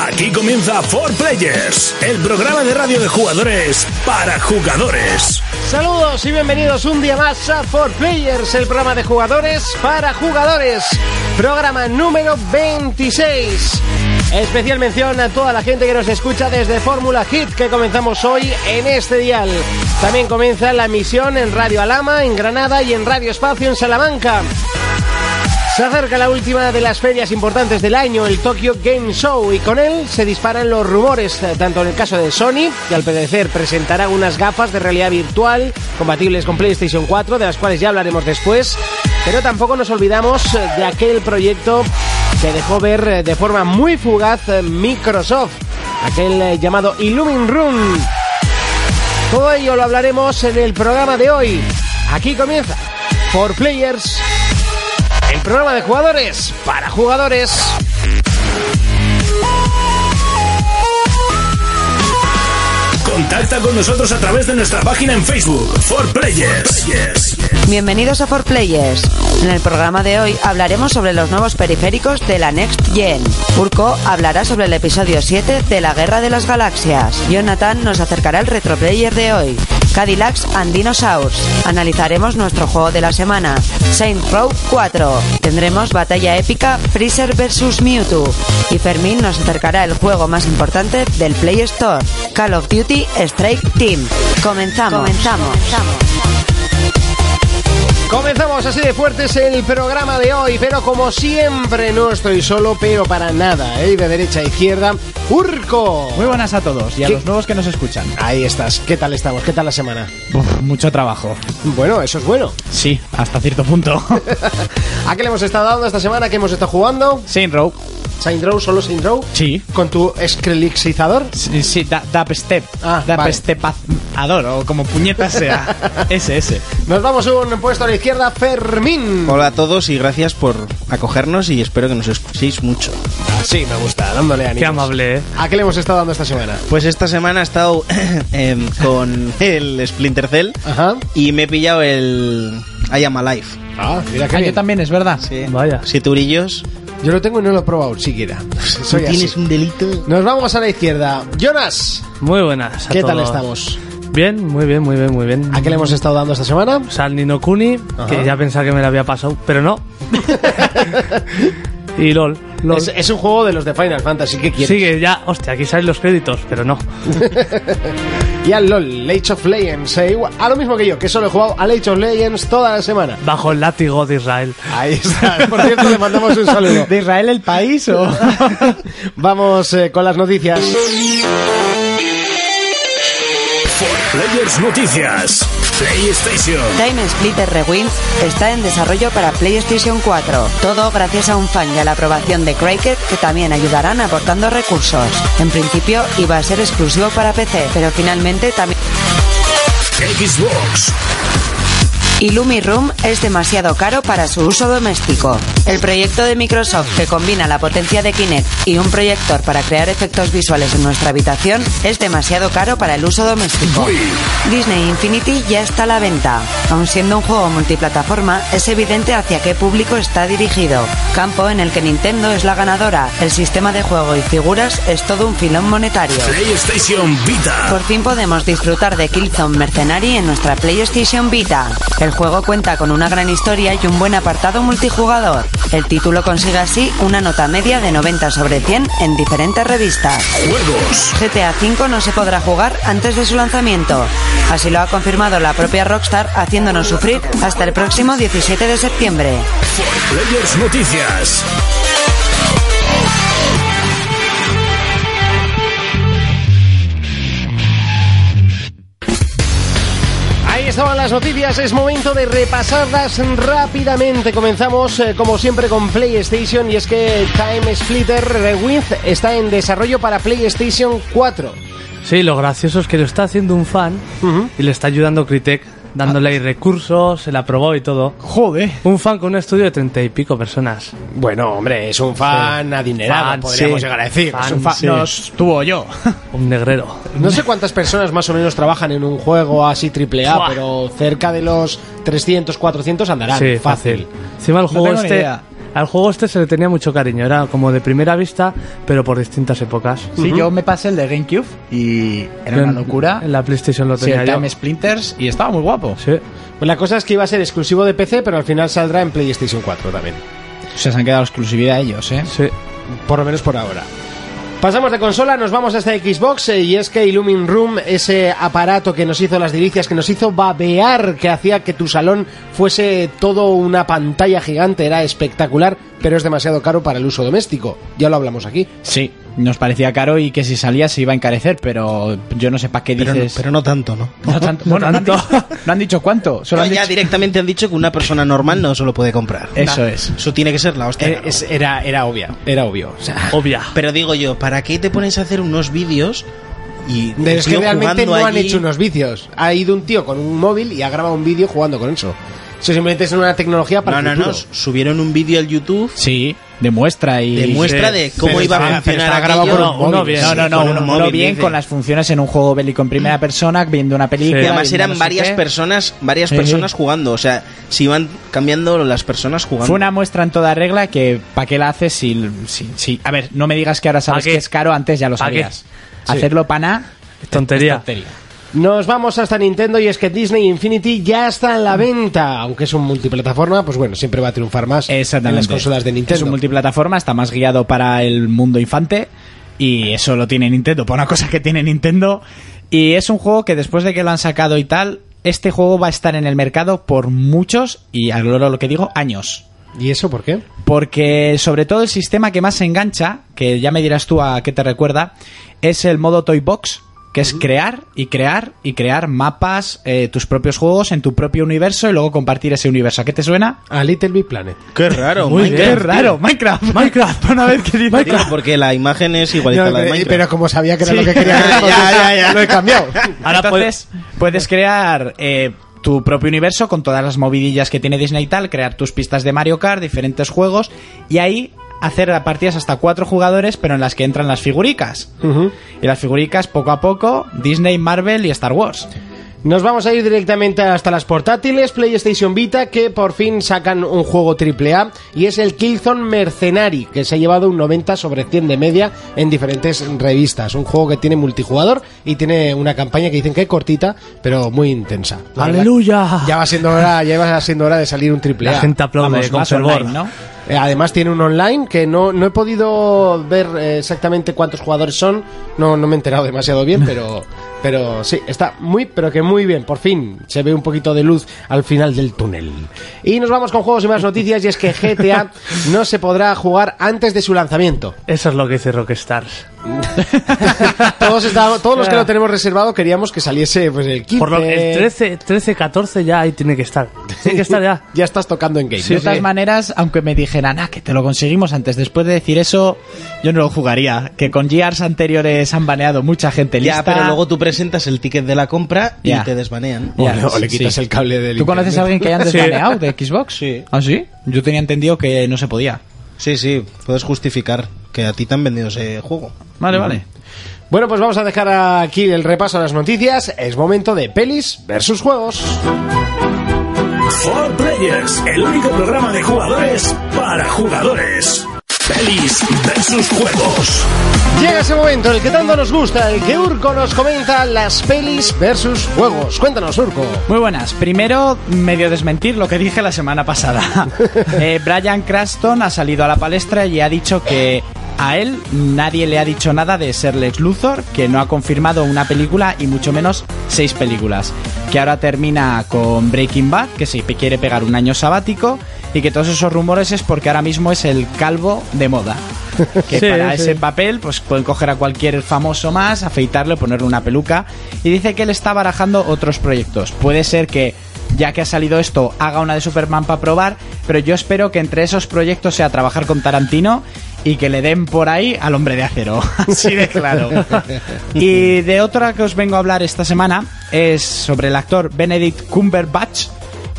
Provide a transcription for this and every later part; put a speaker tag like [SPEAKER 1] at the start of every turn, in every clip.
[SPEAKER 1] Aquí comienza For Players, el programa de radio de jugadores para jugadores.
[SPEAKER 2] Saludos y bienvenidos un día más a For Players, el programa de jugadores para jugadores. Programa número 26. Especial mención a toda la gente que nos escucha desde Fórmula Hit que comenzamos hoy en este dial. También comienza la misión en Radio Alama, en Granada y en Radio Espacio en Salamanca. Se acerca la última de las ferias importantes del año, el Tokyo Game Show, y con él se disparan los rumores, tanto en el caso de Sony, que al parecer presentará unas gafas de realidad virtual compatibles con PlayStation 4, de las cuales ya hablaremos después, pero tampoco nos olvidamos de aquel proyecto que dejó ver de forma muy fugaz Microsoft, aquel llamado Illumin Room. Todo ello lo hablaremos en el programa de hoy. Aquí comienza For Players el programa de jugadores para jugadores.
[SPEAKER 1] Contacta con nosotros a través de nuestra página en Facebook, For Players.
[SPEAKER 3] Bienvenidos a For Players. En el programa de hoy hablaremos sobre los nuevos periféricos de la Next Gen. Urko hablará sobre el episodio 7 de la Guerra de las Galaxias. Jonathan nos acercará el retroplayer de hoy. Cadillacs and Dinosaurs. Analizaremos nuestro juego de la semana, Saint Row 4. Tendremos batalla épica Freezer vs Mewtwo. Y Fermín nos acercará el juego más importante del Play Store, Call of Duty Strike Team. Comenzamos. Comenzamos.
[SPEAKER 2] Comenzamos así de fuertes el programa de hoy, pero como siempre no estoy solo, pero para nada, ¿eh? de derecha a izquierda, Urco.
[SPEAKER 4] Muy buenas a todos y a
[SPEAKER 2] ¿Qué?
[SPEAKER 4] los nuevos que nos escuchan.
[SPEAKER 2] Ahí estás, ¿qué tal estamos? ¿Qué tal la semana?
[SPEAKER 4] Uf, mucho trabajo.
[SPEAKER 2] Bueno, eso es bueno.
[SPEAKER 4] Sí, hasta cierto punto.
[SPEAKER 2] ¿A qué le hemos estado dando esta semana? ¿Qué hemos estado jugando?
[SPEAKER 4] Saint Row.
[SPEAKER 2] ¿Saint Row, solo Saint Row?
[SPEAKER 4] Sí.
[SPEAKER 2] ¿Con tu escrelixizador?
[SPEAKER 4] Sí, sí, da, dubstep.
[SPEAKER 2] Ah, vale.
[SPEAKER 4] Dubstepazador, o como puñeta sea. ese, ese.
[SPEAKER 2] Nos damos un puesto a la izquierda, Fermín.
[SPEAKER 5] Hola a todos y gracias por acogernos y espero que nos escuchéis mucho.
[SPEAKER 2] Sí, me gusta, dándole ánimos.
[SPEAKER 6] Qué amable, ¿eh?
[SPEAKER 2] ¿A qué le hemos estado dando esta semana?
[SPEAKER 5] Pues esta semana he estado em, con el Splinter Cell
[SPEAKER 2] Ajá.
[SPEAKER 5] y me he pillado el I Am Alive.
[SPEAKER 2] Ah, mira
[SPEAKER 4] Ah, yo también, es verdad.
[SPEAKER 6] Vaya.
[SPEAKER 5] Siete urillos.
[SPEAKER 2] Yo lo tengo y no lo he probado siquiera. Soy
[SPEAKER 5] Tú tienes
[SPEAKER 2] así.
[SPEAKER 5] un delito.
[SPEAKER 2] Nos vamos a la izquierda. Jonas,
[SPEAKER 6] Muy buenas. a
[SPEAKER 2] ¿qué tal
[SPEAKER 6] todos.
[SPEAKER 2] estamos?
[SPEAKER 6] Bien, muy bien, muy bien, muy bien.
[SPEAKER 2] ¿A qué le hemos estado dando esta semana?
[SPEAKER 6] O sea, al Nino Kuni, que ya pensaba que me la había pasado, pero no. y LOL. LOL.
[SPEAKER 2] Es, es un juego de los de Final Fantasy, ¿qué quieres?
[SPEAKER 6] Sí, que ya, hostia, aquí salen los créditos, pero no.
[SPEAKER 2] Y al LOL, Age of Legends, eh, igual- a lo mismo que yo, que solo he jugado al Age of Legends toda la semana.
[SPEAKER 6] Bajo el látigo de Israel.
[SPEAKER 2] Ahí está, por cierto, le mandamos un saludo.
[SPEAKER 4] ¿De Israel el país o.?
[SPEAKER 2] Vamos eh, con las noticias.
[SPEAKER 1] Players Noticias, PlayStation,
[SPEAKER 3] Time Splitter Rewind está en desarrollo para PlayStation 4. Todo gracias a un fan y a la aprobación de Cracker que también ayudarán aportando recursos. En principio iba a ser exclusivo para PC, pero finalmente también
[SPEAKER 1] Xbox,
[SPEAKER 3] Illumi Room es demasiado caro para su uso doméstico. El proyecto de Microsoft que combina la potencia de Kinect y un proyector para crear efectos visuales en nuestra habitación es demasiado caro para el uso doméstico. Disney Infinity ya está a la venta. Aun siendo un juego multiplataforma, es evidente hacia qué público está dirigido. Campo en el que Nintendo es la ganadora. El sistema de juego y figuras es todo un filón monetario.
[SPEAKER 1] PlayStation Vita,
[SPEAKER 3] Por fin podemos disfrutar de Killzone Mercenary en nuestra PlayStation Vita. El juego cuenta con una gran historia y un buen apartado multijugador. El título consigue así una nota media de 90 sobre 100 en diferentes revistas.
[SPEAKER 1] juegos,
[SPEAKER 3] GTA V no se podrá jugar antes de su lanzamiento. Así lo ha confirmado la propia Rockstar haciéndonos sufrir hasta el próximo 17 de septiembre.
[SPEAKER 1] Players Noticias,
[SPEAKER 2] Ahí estaban las noticias, es momento de repasarlas rápidamente. Comenzamos eh, como siempre con PlayStation y es que Time Splitter Rewind está en desarrollo para PlayStation 4.
[SPEAKER 6] Sí, lo gracioso es que lo está haciendo un fan
[SPEAKER 2] Ujú.
[SPEAKER 6] y le está ayudando Crytek, dándole ahí recursos, se la aprobó y todo.
[SPEAKER 4] Joder.
[SPEAKER 6] Un fan con un estudio de treinta y pico personas.
[SPEAKER 2] Bueno, hombre, es un fan adinerado,
[SPEAKER 6] Fan,
[SPEAKER 2] podríamos
[SPEAKER 6] sí.
[SPEAKER 2] llegar a decir.
[SPEAKER 6] Fan,
[SPEAKER 2] Es un fa-
[SPEAKER 4] Fa-
[SPEAKER 6] Sí.
[SPEAKER 4] Nos tuvo yo.
[SPEAKER 6] Un negrero.
[SPEAKER 2] No sé cuántas personas más o menos trabajan en un juego así triple A,
[SPEAKER 6] Buah.
[SPEAKER 2] pero cerca de los 300, 400 andarán.
[SPEAKER 6] Sí, fácil. Encima el juego
[SPEAKER 4] tengo ni
[SPEAKER 6] este
[SPEAKER 4] idea.
[SPEAKER 6] Al juego este se le tenía mucho cariño, era como de primera vista, pero por distintas épocas.
[SPEAKER 4] Sí, yo me pasé el de GameCube y era una
[SPEAKER 6] En-
[SPEAKER 4] locura.
[SPEAKER 6] En la PlayStation lo
[SPEAKER 4] Sí,
[SPEAKER 6] tenía
[SPEAKER 4] el
[SPEAKER 6] yo.
[SPEAKER 4] Time Splinters y estaba muy guapo.
[SPEAKER 6] Sí.
[SPEAKER 2] Pues la cosa es que iba a ser exclusivo de PC, pero al final saldrá en PlayStation 4 también.
[SPEAKER 4] O sea, se han quedado exclusividad ellos, ¿eh?
[SPEAKER 6] Sí.
[SPEAKER 2] Por lo menos por ahora. Pasamos de consola, nos vamos hasta Xbox eh, y es que Illumin Room, ese aparato que nos hizo las delicias, que nos hizo babear, que hacía que tu salón fuese todo una pantalla gigante, era espectacular, pero es demasiado caro para el uso doméstico. Ya lo hablamos aquí.
[SPEAKER 4] Sí, nos parecía caro y que si salía se iba a encarecer, pero yo no sé para qué
[SPEAKER 5] Pero, no-
[SPEAKER 4] dices.
[SPEAKER 5] pero no tanto, ¿no?
[SPEAKER 4] No tanto. Bueno, No, han dicho, no han dicho cuánto. Solo
[SPEAKER 5] No,
[SPEAKER 4] han
[SPEAKER 5] ya
[SPEAKER 4] dicho-
[SPEAKER 5] directamente han dicho que una persona normal no se lo puede comprar.
[SPEAKER 4] Eso
[SPEAKER 5] Nah,
[SPEAKER 4] es.
[SPEAKER 5] Eso tiene que ser la hostia.
[SPEAKER 4] Eh, es- era, era obvia, era obvio. O sea,
[SPEAKER 6] Obvia.
[SPEAKER 5] Pero digo yo, ¿para qué te pones a hacer unos vídeos y un
[SPEAKER 2] Es que
[SPEAKER 5] tío
[SPEAKER 2] realmente no
[SPEAKER 5] jugando
[SPEAKER 2] han
[SPEAKER 5] allí?
[SPEAKER 2] hecho unos vicios. Ha ido un tío con un móvil y ha grabado un vídeo jugando con eso. Eso simplemente es una tecnología para
[SPEAKER 5] No,
[SPEAKER 2] el
[SPEAKER 5] no, no.
[SPEAKER 2] futuro.
[SPEAKER 5] Subieron un vídeo al YouTube
[SPEAKER 4] sí, demuestra y.
[SPEAKER 5] de muestra de cómo
[SPEAKER 4] Pero está-
[SPEAKER 5] iba a
[SPEAKER 4] pero
[SPEAKER 5] funcionar
[SPEAKER 4] está grabado
[SPEAKER 5] aquello.
[SPEAKER 4] por un
[SPEAKER 6] No, uno
[SPEAKER 4] móvil.
[SPEAKER 6] bien.
[SPEAKER 4] No, no, no,
[SPEAKER 5] Sí, con
[SPEAKER 4] uno
[SPEAKER 5] un móvil,
[SPEAKER 4] bien
[SPEAKER 5] dice.
[SPEAKER 4] con las funciones en un juego bélico en primera persona, viendo una película.
[SPEAKER 5] Y
[SPEAKER 6] Sí.
[SPEAKER 5] además
[SPEAKER 4] viendo
[SPEAKER 5] eran
[SPEAKER 4] no sé
[SPEAKER 5] varias
[SPEAKER 4] qué.
[SPEAKER 5] personas, varias
[SPEAKER 4] Sí.
[SPEAKER 5] personas jugando, o sea, se iban cambiando las personas jugando.
[SPEAKER 4] Fue una muestra en toda regla que ¿para qué la haces si, si, si- A ver, no me digas que ahora sabes
[SPEAKER 6] ¿Pa qué?
[SPEAKER 4] que es caro, antes ya lo
[SPEAKER 6] ¿Pa qué?
[SPEAKER 4] sabías. Hacerlo para nada
[SPEAKER 6] Tontería.
[SPEAKER 2] Nos vamos hasta Nintendo y es que Disney Infinity ya está en la venta. Aunque es un multiplataforma, pues bueno, siempre va a triunfar más
[SPEAKER 4] Exactamente.
[SPEAKER 2] en las consolas de
[SPEAKER 4] Es
[SPEAKER 2] Nintendo.
[SPEAKER 4] un multiplataforma, está más guiado para el mundo infante. Y eso lo tiene Nintendo, para una cosa que tiene Nintendo. Y es un juego que después de que lo han sacado y tal, este juego va a estar en el mercado por muchos, y a lo largo de lo que digo, años.
[SPEAKER 2] ¿Y eso por qué?
[SPEAKER 4] Porque sobre todo el sistema que más se engancha, que ya me dirás tú a qué te recuerda, es el modo Toy Box, que es crear y crear y crear mapas, eh, tus propios juegos en tu propio universo y luego compartir ese universo. ¿A qué te suena?
[SPEAKER 2] A Little Big Planet.
[SPEAKER 5] Qué raro,
[SPEAKER 4] Muy
[SPEAKER 5] Minecraft,
[SPEAKER 4] bien,
[SPEAKER 5] tío.
[SPEAKER 4] raro, Minecraft. Minecraft, por una vez que digo
[SPEAKER 5] Digo, porque la imagen es igualita a la de Minecraft.
[SPEAKER 2] eh, pero como sabía que era
[SPEAKER 4] Sí.
[SPEAKER 2] lo que quería que
[SPEAKER 5] Ya,
[SPEAKER 2] respondiera,
[SPEAKER 5] ya, ya.
[SPEAKER 2] lo he cambiado.
[SPEAKER 4] Ahora Entonces, puedes, crear eh, tu propio universo con todas las movidillas que tiene Disney y tal, crear tus pistas de Mario Kart, diferentes juegos, y ahí hacer partidas hasta cuatro jugadores, pero en las que entran las figuricas. Y las figuricas poco a poco, Disney, Marvel y Star Wars.
[SPEAKER 2] Nos vamos a ir directamente hasta las portátiles, PlayStation Vita, que por fin sacan un juego AAA y es el Killzone Mercenary, que se ha llevado un 90 sobre 100 de media en diferentes revistas. Un juego que tiene multijugador y tiene una campaña que dicen que es cortita, pero muy intensa. La verdad,
[SPEAKER 6] ¡Aleluya!
[SPEAKER 2] Ya va siendo hora, ya va siendo hora de salir un AAA.
[SPEAKER 6] La gente aplaude
[SPEAKER 4] Vamos,
[SPEAKER 6] con
[SPEAKER 4] más
[SPEAKER 6] fervor.
[SPEAKER 4] online, ¿no?
[SPEAKER 2] Eh, Además tiene un online que no, no he podido ver eh, exactamente cuántos jugadores son, no, no me he enterado demasiado bien, pero, pero sí, está muy, pero que muy bien, por fin se ve un poquito de luz al final del túnel. Y nos vamos con juegos y más noticias, y es que GTA no se podrá jugar antes de su lanzamiento.
[SPEAKER 6] Eso es lo que dice Rockstars.
[SPEAKER 2] Todos, estábamos- todos los que lo tenemos reservado queríamos que saliese pues, el 15.
[SPEAKER 6] Por lo el 13, 13, 14 ya ahí tiene que estar. Tiene que estar ya.
[SPEAKER 2] Ya estás tocando en game.
[SPEAKER 4] de todas maneras, aunque me dijeran, ah, que te lo conseguimos antes, después de decir eso, yo no lo jugaría. Que con GRs anteriores han baneado mucha gente lista.
[SPEAKER 5] Ya, pero luego tú presentas el ticket de la compra y
[SPEAKER 4] Ya.
[SPEAKER 5] te desbanean.
[SPEAKER 4] Ya,
[SPEAKER 2] O le quitas el cable del
[SPEAKER 4] ¿Tú conoces
[SPEAKER 2] internet.
[SPEAKER 4] a alguien que haya antes
[SPEAKER 6] Sí.
[SPEAKER 4] baneado de Xbox?
[SPEAKER 5] Sí.
[SPEAKER 4] ¿Ah, sí? Yo tenía entendido que no se podía.
[SPEAKER 5] Sí, sí, puedes justificar que a ti te han vendido ese juego.
[SPEAKER 4] Vale, vale.
[SPEAKER 2] Bueno, pues vamos a dejar aquí el repaso a las noticias. Es momento de pelis versus juegos.
[SPEAKER 1] For Players, el único programa de jugadores para jugadores. Pelis versus juegos.
[SPEAKER 2] Llega ese momento, el que tanto nos gusta, el que Urco nos comenta las pelis versus juegos. Cuéntanos, Urco.
[SPEAKER 4] Muy buenas. Primero, medio desmentir lo que dije la semana pasada. Eh, Brian Cranston ha salido a la palestra y ha dicho que a él nadie le ha dicho nada de ser Lex Luthor, que no ha confirmado una película y mucho menos seis películas. Que ahora termina con Breaking Bad, que se quiere pegar un año sabático y que todos esos rumores es porque ahora mismo es el calvo de moda. Que
[SPEAKER 6] Sí,
[SPEAKER 4] para
[SPEAKER 6] sí.
[SPEAKER 4] ese papel, pues pueden coger a cualquier famoso más, afeitarle, ponerle una peluca. Y dice que él está barajando otros proyectos. Puede ser que, ya que ha salido esto, haga una de Superman para probar, pero yo espero que entre esos proyectos sea trabajar con Tarantino y que le den por ahí al hombre de acero. Así de claro. y de otra que os vengo a hablar esta semana es sobre el actor Benedict Cumberbatch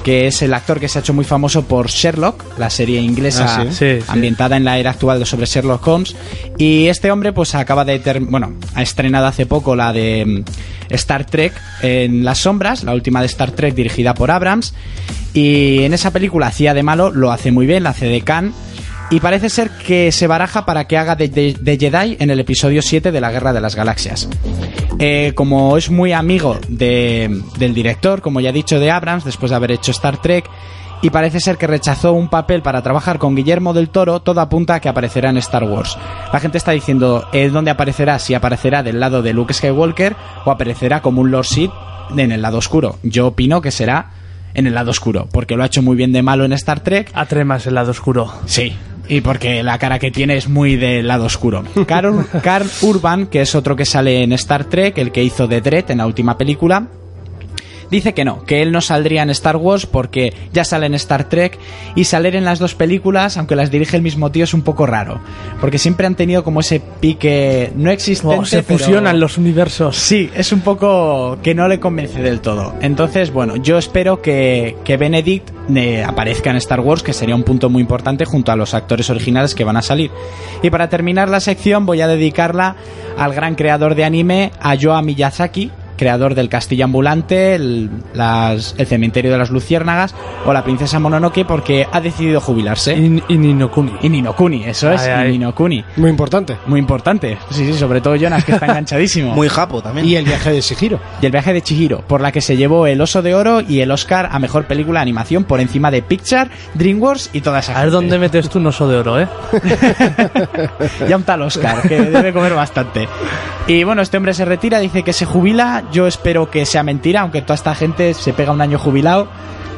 [SPEAKER 4] que es el actor que se ha hecho muy famoso por Sherlock, la serie inglesa
[SPEAKER 5] Ah, sí.
[SPEAKER 6] Sí, sí.
[SPEAKER 4] ambientada en la era actual sobre Sherlock Holmes. Y este hombre, pues acaba de. ter- bueno, ha estrenado hace poco la de mm, Star Trek en Las Sombras, la última de Star Trek dirigida por Abrams. Y en esa película hacía de malo, lo hace muy bien, la hace de Khan. Y parece ser que se baraja para que haga de, de- de Jedi en el episodio 7 de la Guerra de las Galaxias. Eh, como es muy amigo de- del director, como ya he dicho, de Abrams, después de haber hecho Star Trek, y parece ser que rechazó un papel para trabajar con Guillermo del Toro, todo apunta a que aparecerá en Star Wars. La gente está diciendo eh, dónde aparecerá, si aparecerá del lado de Luke Skywalker o aparecerá como un Lord Sith en el lado oscuro. Yo opino que será en el lado oscuro, porque lo ha hecho muy bien de malo en Star Trek
[SPEAKER 6] Atrae más el lado oscuro.
[SPEAKER 4] Sí, y porque la cara que tiene es muy del lado oscuro. Carl, Carl Urban, que es otro que sale en Star Trek, el que hizo de Dredd en la última película, dice que no, que él no saldría en Star Wars porque ya sale en Star Trek y salir en las dos películas, aunque las dirige el mismo tío, es un poco raro. Porque siempre han tenido como ese pique no existente.
[SPEAKER 6] Oh, se
[SPEAKER 4] pero-
[SPEAKER 6] fusionan los universos.
[SPEAKER 4] Sí, es un poco que no le convence del todo. Entonces, bueno, yo espero que, que Benedict eh, aparezca en Star Wars, que sería un punto muy importante junto a los actores originales que van a salir. Y para terminar la sección voy a dedicarla al gran creador de anime, Ayoa Miyazaki, creador del Castillo Ambulante, el, las- el Cementerio de las Luciérnagas o la Princesa Mononoke, porque ha decidido jubilarse.
[SPEAKER 6] Y, y Ninokuni.
[SPEAKER 4] Y Ninokuni, eso es,
[SPEAKER 6] Ay, ay.
[SPEAKER 4] y Ninokuni.
[SPEAKER 2] Muy importante.
[SPEAKER 4] Muy importante. Sí, sí, sobre todo Jonas, que está enganchadísimo.
[SPEAKER 5] Muy japo también.
[SPEAKER 2] Y el viaje de Sigiro.
[SPEAKER 4] y El viaje de Chihiro, por la que se llevó el Oso de Oro y el Oscar a Mejor Película de Animación por encima de Pixar, DreamWorks y toda esa
[SPEAKER 6] A ver
[SPEAKER 4] gente.
[SPEAKER 6] dónde metes tú un oso de oro, ¿eh?
[SPEAKER 4] Ya un tal Oscar, que debe comer bastante. Y bueno, este hombre se retira, dice que se jubila. Yo espero que sea mentira, aunque toda esta gente se pega un año jubilado,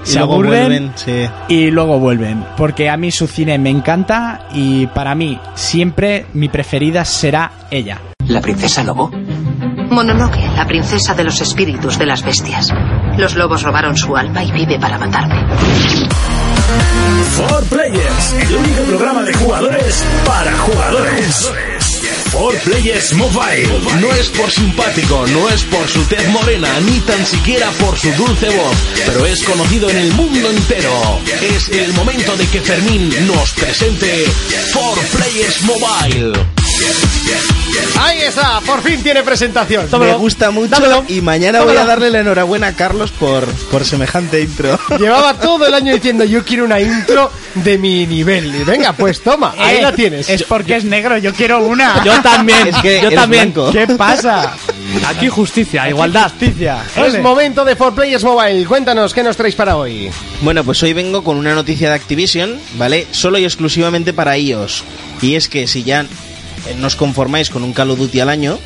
[SPEAKER 5] Y
[SPEAKER 4] se
[SPEAKER 5] luego
[SPEAKER 4] aburren
[SPEAKER 5] vuelven, sí.
[SPEAKER 4] y luego vuelven. Porque a mí su cine me encanta y para mí siempre mi preferida será ella.
[SPEAKER 7] ¿La princesa lobo?
[SPEAKER 8] Mononoke, la princesa de los espíritus de las bestias. Los lobos robaron su alma y vive para matarme.
[SPEAKER 1] For Players, el único programa de jugadores para jugadores. For Players Mobile.
[SPEAKER 9] No es por simpático, no es por su tez morena, ni tan siquiera por su dulce voz, pero es conocido en el mundo entero. Es el momento de que Fermín nos presente For Players Mobile.
[SPEAKER 2] Ahí está, por fin tiene presentación.
[SPEAKER 5] Me gusta mucho
[SPEAKER 2] dámelo,
[SPEAKER 5] y mañana voy
[SPEAKER 2] dámelo.
[SPEAKER 5] a darle la enhorabuena a Carlos por, por semejante intro.
[SPEAKER 2] Llevaba todo el año diciendo yo quiero una intro de mi nivel. Y venga, pues toma, ahí
[SPEAKER 4] Eh,
[SPEAKER 2] la tienes.
[SPEAKER 4] Es porque es negro, yo quiero una.
[SPEAKER 6] Yo también,
[SPEAKER 5] Es que
[SPEAKER 6] yo
[SPEAKER 5] eres
[SPEAKER 6] también.
[SPEAKER 5] blanco.
[SPEAKER 4] ¿Qué pasa?
[SPEAKER 6] Aquí justicia, igualdad.
[SPEAKER 4] Justicia.
[SPEAKER 2] Es momento de For Players Mobile. Cuéntanos qué nos traéis para hoy.
[SPEAKER 5] Bueno, pues hoy vengo con una noticia de Activision, ¿vale? Solo y exclusivamente para iOS. Y es que si ya eh, no os conformáis con un Call of Duty al año,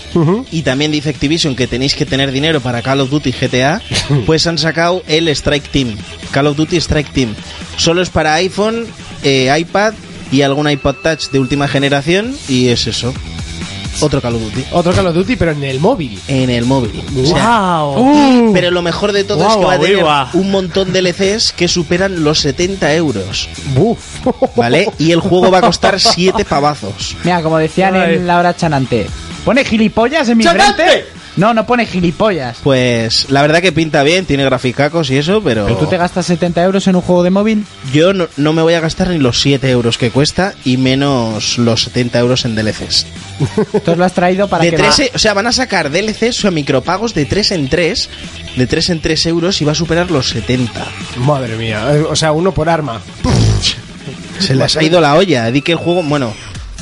[SPEAKER 5] y también dice Activision que tenéis que tener dinero para Call of Duty y GTA, pues han sacado el Strike Team, Call of Duty Strike Team. Solo es para iPhone, eh, iPad y algún iPod Touch de última generación, y es eso. Otro Call of Duty.
[SPEAKER 2] Otro Call of Duty, pero en el móvil.
[SPEAKER 5] En el móvil. O sea,
[SPEAKER 6] ¡Wow!
[SPEAKER 5] pero lo mejor de todo es que
[SPEAKER 6] Guau,
[SPEAKER 5] va a tener
[SPEAKER 6] guau.
[SPEAKER 5] un montón de DLCs que superan los 70 euros. ¿Vale? Y el juego va a costar 7 pavazos.
[SPEAKER 4] Mira, como decían
[SPEAKER 6] Ay.
[SPEAKER 4] en la hora chanante. ¿Pone gilipollas en mi
[SPEAKER 2] ¡Chanante!
[SPEAKER 4] frente? No, no pone gilipollas.
[SPEAKER 5] Pues la verdad que pinta bien, tiene graficacos y eso, pero,
[SPEAKER 4] Pero tú te gastas 70 euros en un juego de móvil.
[SPEAKER 5] yo no, no me voy a gastar ni los 7 euros que cuesta y menos los 70 euros en DLCs.
[SPEAKER 4] Entonces lo has traído para
[SPEAKER 5] De
[SPEAKER 4] que.
[SPEAKER 5] tres e- o sea, van a sacar DLCs, o sea, micropagos de 3 en 3, de 3 en 3 euros y va a superar los 70.
[SPEAKER 2] Madre mía, eh, o sea, uno por arma.
[SPEAKER 5] Se les ha ido la olla. Di que el juego, bueno,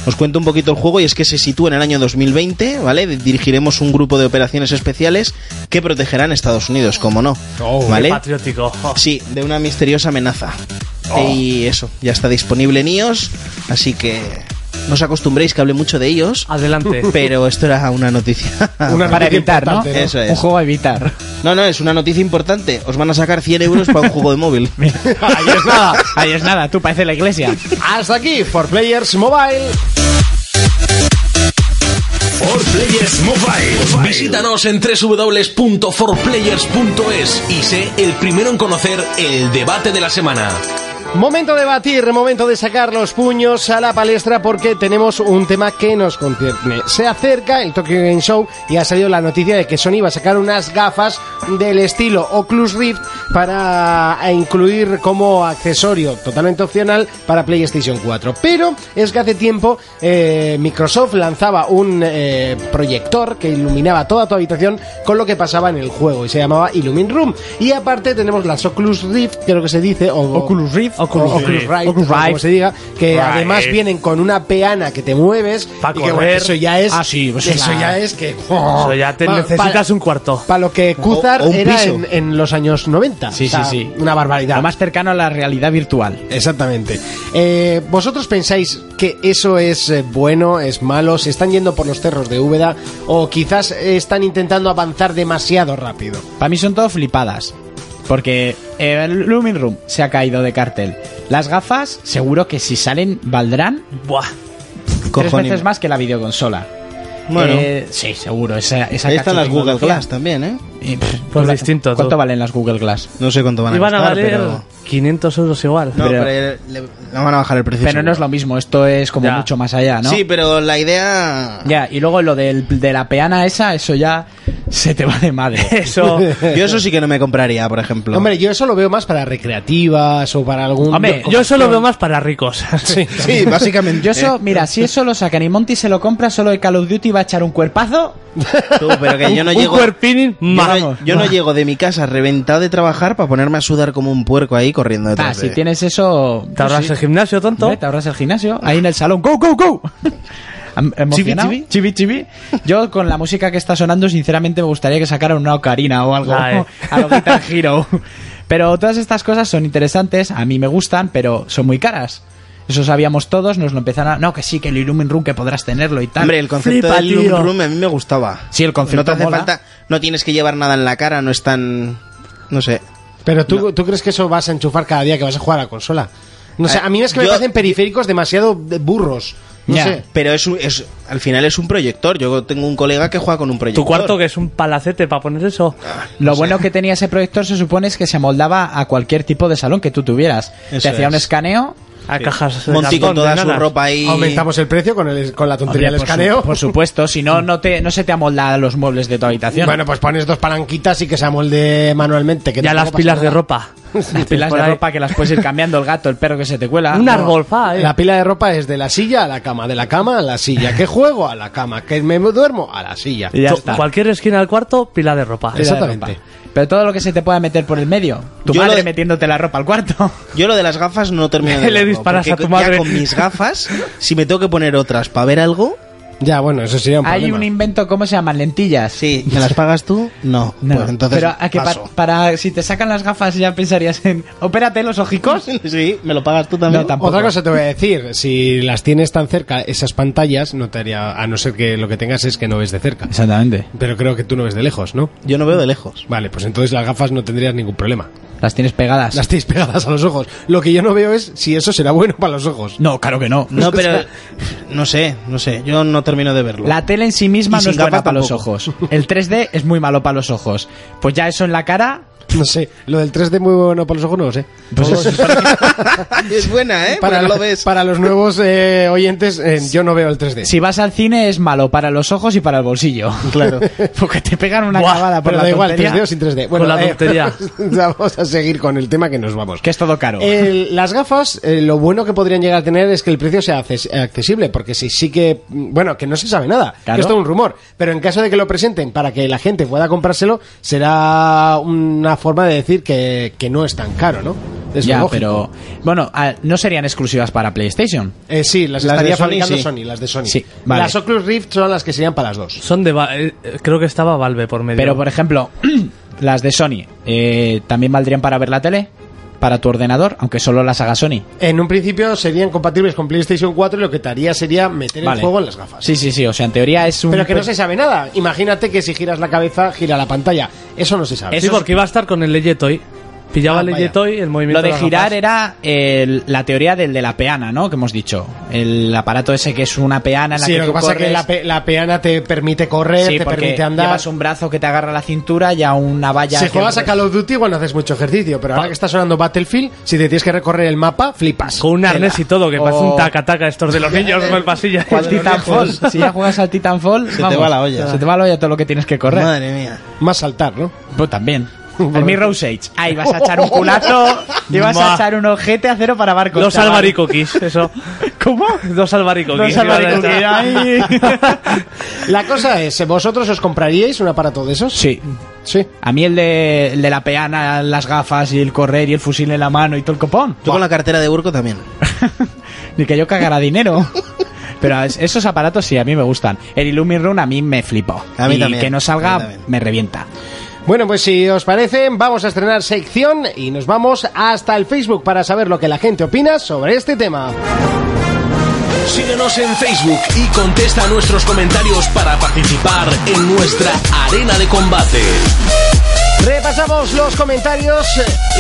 [SPEAKER 5] os cuento un poquito el juego y es que se sitúa en el año 2020, ¿vale? Dirigiremos un grupo de operaciones especiales que protegerán Estados Unidos, como no,
[SPEAKER 2] Oh,
[SPEAKER 5] ¿vale?
[SPEAKER 6] Patriótico.
[SPEAKER 4] Oh.
[SPEAKER 5] Sí, de una misteriosa amenaza.
[SPEAKER 2] Oh.
[SPEAKER 5] Y eso, ya está disponible en iOS, así que no os acostumbréis que hable mucho de ellos,
[SPEAKER 6] Adelante.
[SPEAKER 5] pero esto era una noticia.
[SPEAKER 2] Una
[SPEAKER 4] Para
[SPEAKER 2] noticia
[SPEAKER 4] evitar, ¿no?
[SPEAKER 2] importante,
[SPEAKER 5] Eso
[SPEAKER 4] Un
[SPEAKER 5] es.
[SPEAKER 4] juego a evitar.
[SPEAKER 5] No, no, es una noticia importante. Os van a sacar 100 euros para un juego de móvil.
[SPEAKER 4] Ahí es nada. Ahí es nada. Tú pareces la iglesia.
[SPEAKER 2] Hasta aquí, For Players Mobile.
[SPEAKER 1] For Players Mobile.
[SPEAKER 9] Visítanos en www.forplayers.es y sé el primero en conocer el debate de la semana.
[SPEAKER 2] Momento de batir, momento de sacar los puños a la palestra porque tenemos un tema que nos concierne. Se acerca el Tokyo Game Show y ha salido la noticia de que Sony va a sacar unas gafas del estilo Oculus Rift para incluir como accesorio totalmente opcional para PlayStation 4. Pero es que hace tiempo eh, Microsoft lanzaba un eh, proyector que iluminaba toda tu habitación con lo que pasaba en el juego y se llamaba Illumin Room. Y aparte tenemos las Oculus Rift, creo que se dice, o
[SPEAKER 4] Oculus Rift.
[SPEAKER 2] Oculus, Oculus Rift,
[SPEAKER 6] Oculus
[SPEAKER 2] o como
[SPEAKER 6] Rift.
[SPEAKER 2] se diga, que
[SPEAKER 6] Rift.
[SPEAKER 2] además vienen con una peana que te mueves
[SPEAKER 6] Pa'
[SPEAKER 2] y que bueno,
[SPEAKER 6] correr.
[SPEAKER 2] eso ya es
[SPEAKER 6] Ah, sí, pues
[SPEAKER 2] eso
[SPEAKER 6] la-
[SPEAKER 2] ya es que
[SPEAKER 6] Eso ya te
[SPEAKER 2] Pa-
[SPEAKER 6] necesitas un cuarto.
[SPEAKER 2] Para lo que Cúzar
[SPEAKER 6] O- o un
[SPEAKER 2] era
[SPEAKER 6] piso.
[SPEAKER 2] en, en los años 90.
[SPEAKER 4] Sí,
[SPEAKER 2] O sea,
[SPEAKER 4] sí, sí.
[SPEAKER 2] Una barbaridad.
[SPEAKER 4] Lo más cercano a la realidad virtual.
[SPEAKER 2] Exactamente. Eh, ¿Vosotros pensáis que eso es eh, bueno, es malo? ¿Se están yendo por los cerros de Úbeda? ¿O quizás eh, están intentando avanzar demasiado rápido?
[SPEAKER 4] Para mí son todo flipadas. Porque eh, el Lumin Room se ha caído de cartel. Las gafas, seguro que si salen, valdrán
[SPEAKER 6] Buah.
[SPEAKER 4] tres
[SPEAKER 5] Cojones.
[SPEAKER 4] veces más que la videoconsola.
[SPEAKER 5] Bueno.
[SPEAKER 4] Eh, sí, seguro. Esa, esa
[SPEAKER 5] Ahí
[SPEAKER 4] cacho
[SPEAKER 5] están las Google
[SPEAKER 4] tecnología.
[SPEAKER 5] Glass también, ¿eh?
[SPEAKER 4] Y, pff,
[SPEAKER 6] Pues distinto.
[SPEAKER 4] ¿Cuánto
[SPEAKER 6] todo.
[SPEAKER 4] valen las Google Glass?
[SPEAKER 5] No sé cuánto van a
[SPEAKER 6] Iban a
[SPEAKER 5] costar,
[SPEAKER 6] valer
[SPEAKER 5] pero...
[SPEAKER 6] 500 euros igual.
[SPEAKER 5] No,
[SPEAKER 4] pero-
[SPEAKER 5] pero, le- no van a bajar el precio.
[SPEAKER 4] Pero no es lo mismo, esto es como
[SPEAKER 6] Ya.
[SPEAKER 4] mucho más allá, ¿no?
[SPEAKER 5] Sí, pero la idea...
[SPEAKER 4] Ya, y luego lo del, de la peana esa, eso ya se te va de madre.
[SPEAKER 6] Eso.
[SPEAKER 5] Yo eso sí que no me compraría, por ejemplo.
[SPEAKER 2] Hombre, yo eso lo veo más para recreativas o para algún...
[SPEAKER 6] Hombre, yo eso lo veo más para ricos. sí.
[SPEAKER 5] sí, básicamente.
[SPEAKER 4] Yo
[SPEAKER 6] Eh.
[SPEAKER 4] eso, mira, si eso lo sacan y Monty se lo compra, solo el Call of Duty va a echar un cuerpazo.
[SPEAKER 5] Tú, pero que yo no
[SPEAKER 6] un
[SPEAKER 5] llego...
[SPEAKER 6] cuerpini,
[SPEAKER 5] yo no-
[SPEAKER 6] vamos.
[SPEAKER 5] yo no llego de mi casa reventado de trabajar para ponerme a sudar como un puerco ahí corriendo
[SPEAKER 4] Ah,
[SPEAKER 5] detrás
[SPEAKER 4] si
[SPEAKER 5] de-
[SPEAKER 4] tienes eso... pues
[SPEAKER 6] ¿Te ahorras
[SPEAKER 4] sí.
[SPEAKER 6] el gimnasio, tonto?
[SPEAKER 4] Hombre, Te ahorras el gimnasio, ahí en el salón. ¡Go, go, go! Am- emocionado.
[SPEAKER 5] Chibi,
[SPEAKER 4] chibi, chibi. Yo con la música que está sonando, sinceramente me gustaría que sacaran una ocarina o algo.
[SPEAKER 6] Ah, eh.
[SPEAKER 4] A lo Guitar Hero. Pero todas estas cosas son interesantes, a mí me gustan, pero son muy caras. Eso sabíamos todos, nos lo empezaron a... No, que sí, que el Illumin Room que podrás tenerlo y tal.
[SPEAKER 5] Hombre, el concepto
[SPEAKER 6] Flipa,
[SPEAKER 5] del Loom
[SPEAKER 6] tío.
[SPEAKER 5] Room a mí me gustaba.
[SPEAKER 4] Sí, el concepto
[SPEAKER 5] No te hace
[SPEAKER 4] mola.
[SPEAKER 5] falta... No tienes que llevar nada en la cara, no es tan... No sé.
[SPEAKER 2] Pero tú, tú crees que eso vas a enchufar cada día que vas a jugar a la consola. No sé,
[SPEAKER 5] Eh,
[SPEAKER 2] a mí es que me
[SPEAKER 5] yo-
[SPEAKER 2] parecen periféricos demasiado de- burros. No
[SPEAKER 4] Ya.
[SPEAKER 2] sé.
[SPEAKER 5] Pero es, un- es al final es un proyector. Yo tengo un colega que juega con un proyector.
[SPEAKER 6] Tu cuarto que es un palacete para poner eso.
[SPEAKER 4] Lo bueno que tenía ese proyector se supone es que se amoldaba a cualquier tipo de salón que tú tuvieras.
[SPEAKER 5] Eso
[SPEAKER 4] te hacía un
[SPEAKER 5] es.
[SPEAKER 4] escaneo.
[SPEAKER 6] A cajas de
[SPEAKER 5] Monty con
[SPEAKER 6] cartón,
[SPEAKER 5] toda
[SPEAKER 6] de
[SPEAKER 5] su
[SPEAKER 6] nanas.
[SPEAKER 5] ropa ahí.
[SPEAKER 2] Aumentamos el precio con, el, con la tontería
[SPEAKER 4] Hombre,
[SPEAKER 2] del
[SPEAKER 4] por su-
[SPEAKER 2] escaneo.
[SPEAKER 4] por supuesto, si no, no, te, no se te amolda a los muebles de tu habitación.
[SPEAKER 2] Bueno, pues pones dos palanquitas y que se amolde manualmente. Que
[SPEAKER 6] Ya
[SPEAKER 2] tampoco
[SPEAKER 6] las
[SPEAKER 2] pasa
[SPEAKER 6] pilas de
[SPEAKER 2] nada.
[SPEAKER 6] ropa.
[SPEAKER 4] las pilas
[SPEAKER 6] Por
[SPEAKER 4] de
[SPEAKER 6] ahí.
[SPEAKER 4] ropa que las puedes ir cambiando, el gato, el perro que se te cuela.
[SPEAKER 6] Un
[SPEAKER 4] No.
[SPEAKER 6] árbol, pa, eh.
[SPEAKER 2] La pila de ropa es de la silla a la cama, de la cama a la silla. ¿Qué juego? A la cama. ¿Que me duermo? A la silla.
[SPEAKER 4] ya
[SPEAKER 6] To-
[SPEAKER 4] está.
[SPEAKER 6] Cualquier esquina del cuarto, pila de ropa.
[SPEAKER 4] Pila de
[SPEAKER 2] Exactamente.
[SPEAKER 4] ropa. Pero todo lo que se te pueda meter por el medio. Tu
[SPEAKER 5] Yo
[SPEAKER 4] madre
[SPEAKER 5] lo de-
[SPEAKER 4] metiéndote la ropa al cuarto.
[SPEAKER 5] Yo lo de las gafas no termino de
[SPEAKER 6] Le
[SPEAKER 5] verlo,
[SPEAKER 6] disparas
[SPEAKER 5] porque
[SPEAKER 6] a tu
[SPEAKER 5] ya
[SPEAKER 6] madre.
[SPEAKER 5] con mis gafas, si me tengo que poner otras para ver algo,
[SPEAKER 2] Ya, bueno, eso sería un
[SPEAKER 4] Hay
[SPEAKER 2] problema.
[SPEAKER 4] un invento, ¿cómo se llaman? Lentillas.
[SPEAKER 5] sí, ¿me las pagas tú? No.
[SPEAKER 4] No,
[SPEAKER 5] Pues entonces
[SPEAKER 4] pero a que pa-
[SPEAKER 5] paso.
[SPEAKER 4] para si te sacan las gafas ya pensarías en opérate los ojicos
[SPEAKER 5] sí, ¿me lo pagas tú también?
[SPEAKER 4] No, tampoco.
[SPEAKER 2] Otra cosa te voy a decir, si las tienes tan cerca, esas pantallas, no te haría, a no ser que lo que tengas es que no ves de cerca.
[SPEAKER 4] exactamente
[SPEAKER 2] Pero creo que tú no ves de lejos, ¿no?
[SPEAKER 5] Yo no veo de lejos.
[SPEAKER 2] Vale, pues entonces las gafas no tendrías ningún problema.
[SPEAKER 4] las tienes pegadas
[SPEAKER 2] Las tienes pegadas a los ojos. Lo que yo no veo es si eso será bueno para los ojos.
[SPEAKER 4] no claro que no
[SPEAKER 5] No, pero no sé, no sé, yo no termino de verlo.
[SPEAKER 4] la tele en sí
[SPEAKER 5] Y
[SPEAKER 4] misma no
[SPEAKER 5] sin
[SPEAKER 4] es buena
[SPEAKER 5] gafas
[SPEAKER 4] para los
[SPEAKER 5] tampoco.
[SPEAKER 4] ojos el 3D es muy malo para los ojos pues ya eso en la cara
[SPEAKER 2] No sé, lo del 3D muy bueno para los ojos no lo sé.
[SPEAKER 4] pues eso-
[SPEAKER 5] es buena, ¿eh?
[SPEAKER 2] Para,
[SPEAKER 5] Porque
[SPEAKER 2] lo-
[SPEAKER 5] lo ves.
[SPEAKER 2] para los nuevos eh, oyentes, eh, yo no veo el 3D.
[SPEAKER 4] si vas al cine es malo para los ojos y para el bolsillo
[SPEAKER 5] Claro.
[SPEAKER 4] porque te pegan una
[SPEAKER 6] Buah,
[SPEAKER 4] clavada por
[SPEAKER 2] Pero
[SPEAKER 4] la
[SPEAKER 2] da igual,
[SPEAKER 4] tontería,
[SPEAKER 2] 3D o sin 3D. Bueno,
[SPEAKER 6] Con la
[SPEAKER 2] eh,
[SPEAKER 6] tontería.
[SPEAKER 2] vamos a seguir con el tema que nos vamos.
[SPEAKER 4] que es todo caro
[SPEAKER 2] El- las gafas, eh, lo bueno que podrían llegar a tener es que el precio sea acces- accesible, porque si sí que, mm, bueno, que no se sabe nada,
[SPEAKER 4] Claro.
[SPEAKER 2] que esto es un rumor, pero en caso de que lo presenten para que la gente pueda comprárselo, será una forma de decir que, que no es tan caro, ¿no? Es
[SPEAKER 4] ya
[SPEAKER 2] lógico.
[SPEAKER 4] pero bueno a- no serían exclusivas para PlayStation
[SPEAKER 2] Eh, sí, las,
[SPEAKER 5] Las
[SPEAKER 2] estaría
[SPEAKER 5] de Sony,
[SPEAKER 2] fabricando
[SPEAKER 5] sí.
[SPEAKER 2] Sony, las de Sony.
[SPEAKER 4] Sí, vale.
[SPEAKER 2] Las Oculus Rift son las que serían para las dos.
[SPEAKER 6] Son de. Va- eh, eh, creo que estaba Valve por medio.
[SPEAKER 4] Pero, por ejemplo, las de Sony, eh, ¿también valdrían para ver la tele? ¿Para tu ordenador? Aunque solo las haga Sony.
[SPEAKER 2] En un principio serían compatibles con PlayStation 4 y lo que te haría sería meter
[SPEAKER 4] Vale.
[SPEAKER 2] el juego en las gafas.
[SPEAKER 4] Sí, sí, sí. O sea, en teoría es un...
[SPEAKER 2] Pero que no se sabe nada. Imagínate que si giras la cabeza, gira la pantalla. Eso no se sabe.
[SPEAKER 6] Sí, porque iba a estar con el Legetoy. Pillaba
[SPEAKER 2] Ah,
[SPEAKER 6] el
[SPEAKER 2] vaya.
[SPEAKER 6] Legetoy, el movimiento.
[SPEAKER 4] Lo de
[SPEAKER 6] las
[SPEAKER 4] girar
[SPEAKER 6] gafas.
[SPEAKER 4] era el- la teoría del de la peana, ¿no? Que hemos dicho. El aparato ese que es una peana en la
[SPEAKER 2] Sí,
[SPEAKER 4] que
[SPEAKER 2] lo
[SPEAKER 4] tú
[SPEAKER 2] que pasa es que
[SPEAKER 4] corres.
[SPEAKER 2] la, pe- la peana te permite correr,
[SPEAKER 4] Sí,
[SPEAKER 2] te
[SPEAKER 4] porque
[SPEAKER 2] permite andar.
[SPEAKER 4] llevas un brazo que te agarra la cintura y a una valla...
[SPEAKER 2] Si
[SPEAKER 4] que-
[SPEAKER 2] juegas a Call of Duty, igual no haces mucho ejercicio,
[SPEAKER 4] Ah.
[SPEAKER 2] pero ahora que está sonando Battlefield, si te tienes que recorrer el mapa, flipas. Eh,
[SPEAKER 6] Con un arnés y todo, que
[SPEAKER 4] O-
[SPEAKER 6] parece un taca-taca estos de los niños con el pasillo.
[SPEAKER 4] Al Titanfall. si ya juegas al Titanfall...
[SPEAKER 5] te va la olla.
[SPEAKER 4] Se te va la olla todo lo que tienes que correr.
[SPEAKER 5] Madre mía.
[SPEAKER 2] Más saltar, ¿no?
[SPEAKER 4] Pues también. El Mirror's Edge. Ahí vas a echar un culazo y vas a
[SPEAKER 6] Ma.
[SPEAKER 4] echar un ojete a cero para barcos.
[SPEAKER 6] Dos
[SPEAKER 4] chaval.
[SPEAKER 6] albaricoquis, eso.
[SPEAKER 4] ¿Cómo?
[SPEAKER 6] Dos
[SPEAKER 4] Dos
[SPEAKER 6] albaricoquis.
[SPEAKER 4] albaricoquis. ahí.
[SPEAKER 2] ¿eh, La cosa es, ¿vosotros os compraríais un aparato de esos?
[SPEAKER 4] Sí.
[SPEAKER 2] Sí.
[SPEAKER 4] A mí el de, el de la peana, las gafas y el correr y el fusil en la mano y todo el copón.
[SPEAKER 5] Yo con la cartera de Urco también.
[SPEAKER 4] Ni que yo cagara dinero. Pero es- esos aparatos sí, a mí me gustan. El Illumi Run a mí me flipó.
[SPEAKER 5] A mí
[SPEAKER 4] y
[SPEAKER 5] también,
[SPEAKER 4] que no
[SPEAKER 5] a mí
[SPEAKER 4] salga
[SPEAKER 5] también.
[SPEAKER 4] me revienta.
[SPEAKER 2] Bueno, pues si os parece, vamos a estrenar sección y nos vamos hasta el Facebook para saber lo que la gente opina sobre este tema.
[SPEAKER 9] Síguenos en Facebook y contesta nuestros comentarios para participar en nuestra arena de combate.
[SPEAKER 2] Repasamos los comentarios.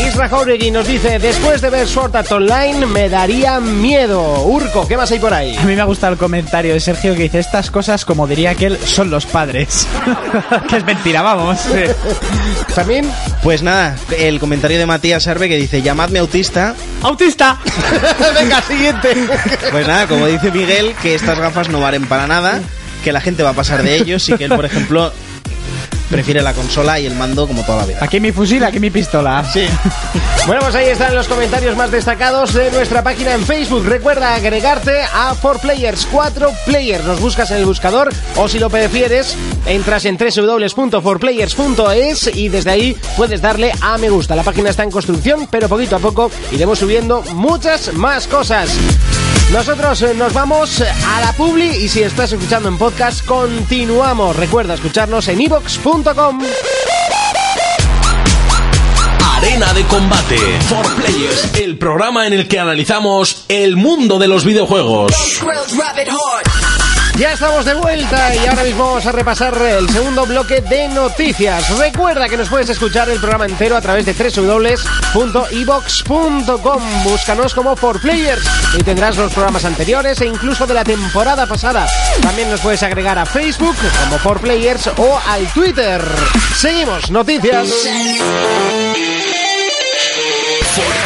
[SPEAKER 2] Isra Jauregui nos dice, después de ver Sword Art Online, me daría miedo. Urco, ¿qué más hay por ahí?
[SPEAKER 4] A mí me ha gustado el comentario de Sergio que dice estas cosas, como diría aquel, son los padres. que es mentira, vamos.
[SPEAKER 2] También
[SPEAKER 5] Pues nada, el comentario de Matías Arbe que dice, llamadme autista.
[SPEAKER 4] ¡Autista!
[SPEAKER 2] Venga, siguiente.
[SPEAKER 5] Pues nada, como dice Miguel, que estas gafas no valen para nada, que la gente va a pasar de ellos y que él, por ejemplo, prefiere la consola y el mando como toda la vida.
[SPEAKER 4] Aquí mi fusil, aquí mi pistola.
[SPEAKER 5] Sí.
[SPEAKER 2] bueno, pues ahí están los comentarios más destacados de nuestra página en Facebook. Recuerda agregarte a 4Players, 4Players. Nos buscas en el buscador o si lo prefieres, entras en www.4players.es y desde ahí puedes darle a me gusta. La página está en construcción, pero poquito a poco iremos subiendo muchas más cosas. Nosotros eh, nos vamos a la publi y si estás escuchando en podcast, continuamos. Recuerda escucharnos en ibox.com.
[SPEAKER 9] Arena de combate. For Players, el programa en el que analizamos el mundo de los videojuegos.
[SPEAKER 2] Ya estamos de vuelta y ahora mismo vamos a repasar el segundo bloque de noticias. Recuerda que nos puedes escuchar el programa entero a través de www.ibox.com. Búscanos como 4Players y tendrás los programas anteriores e incluso de la temporada pasada. También nos puedes agregar a Facebook como 4Players o al Twitter. Seguimos, noticias.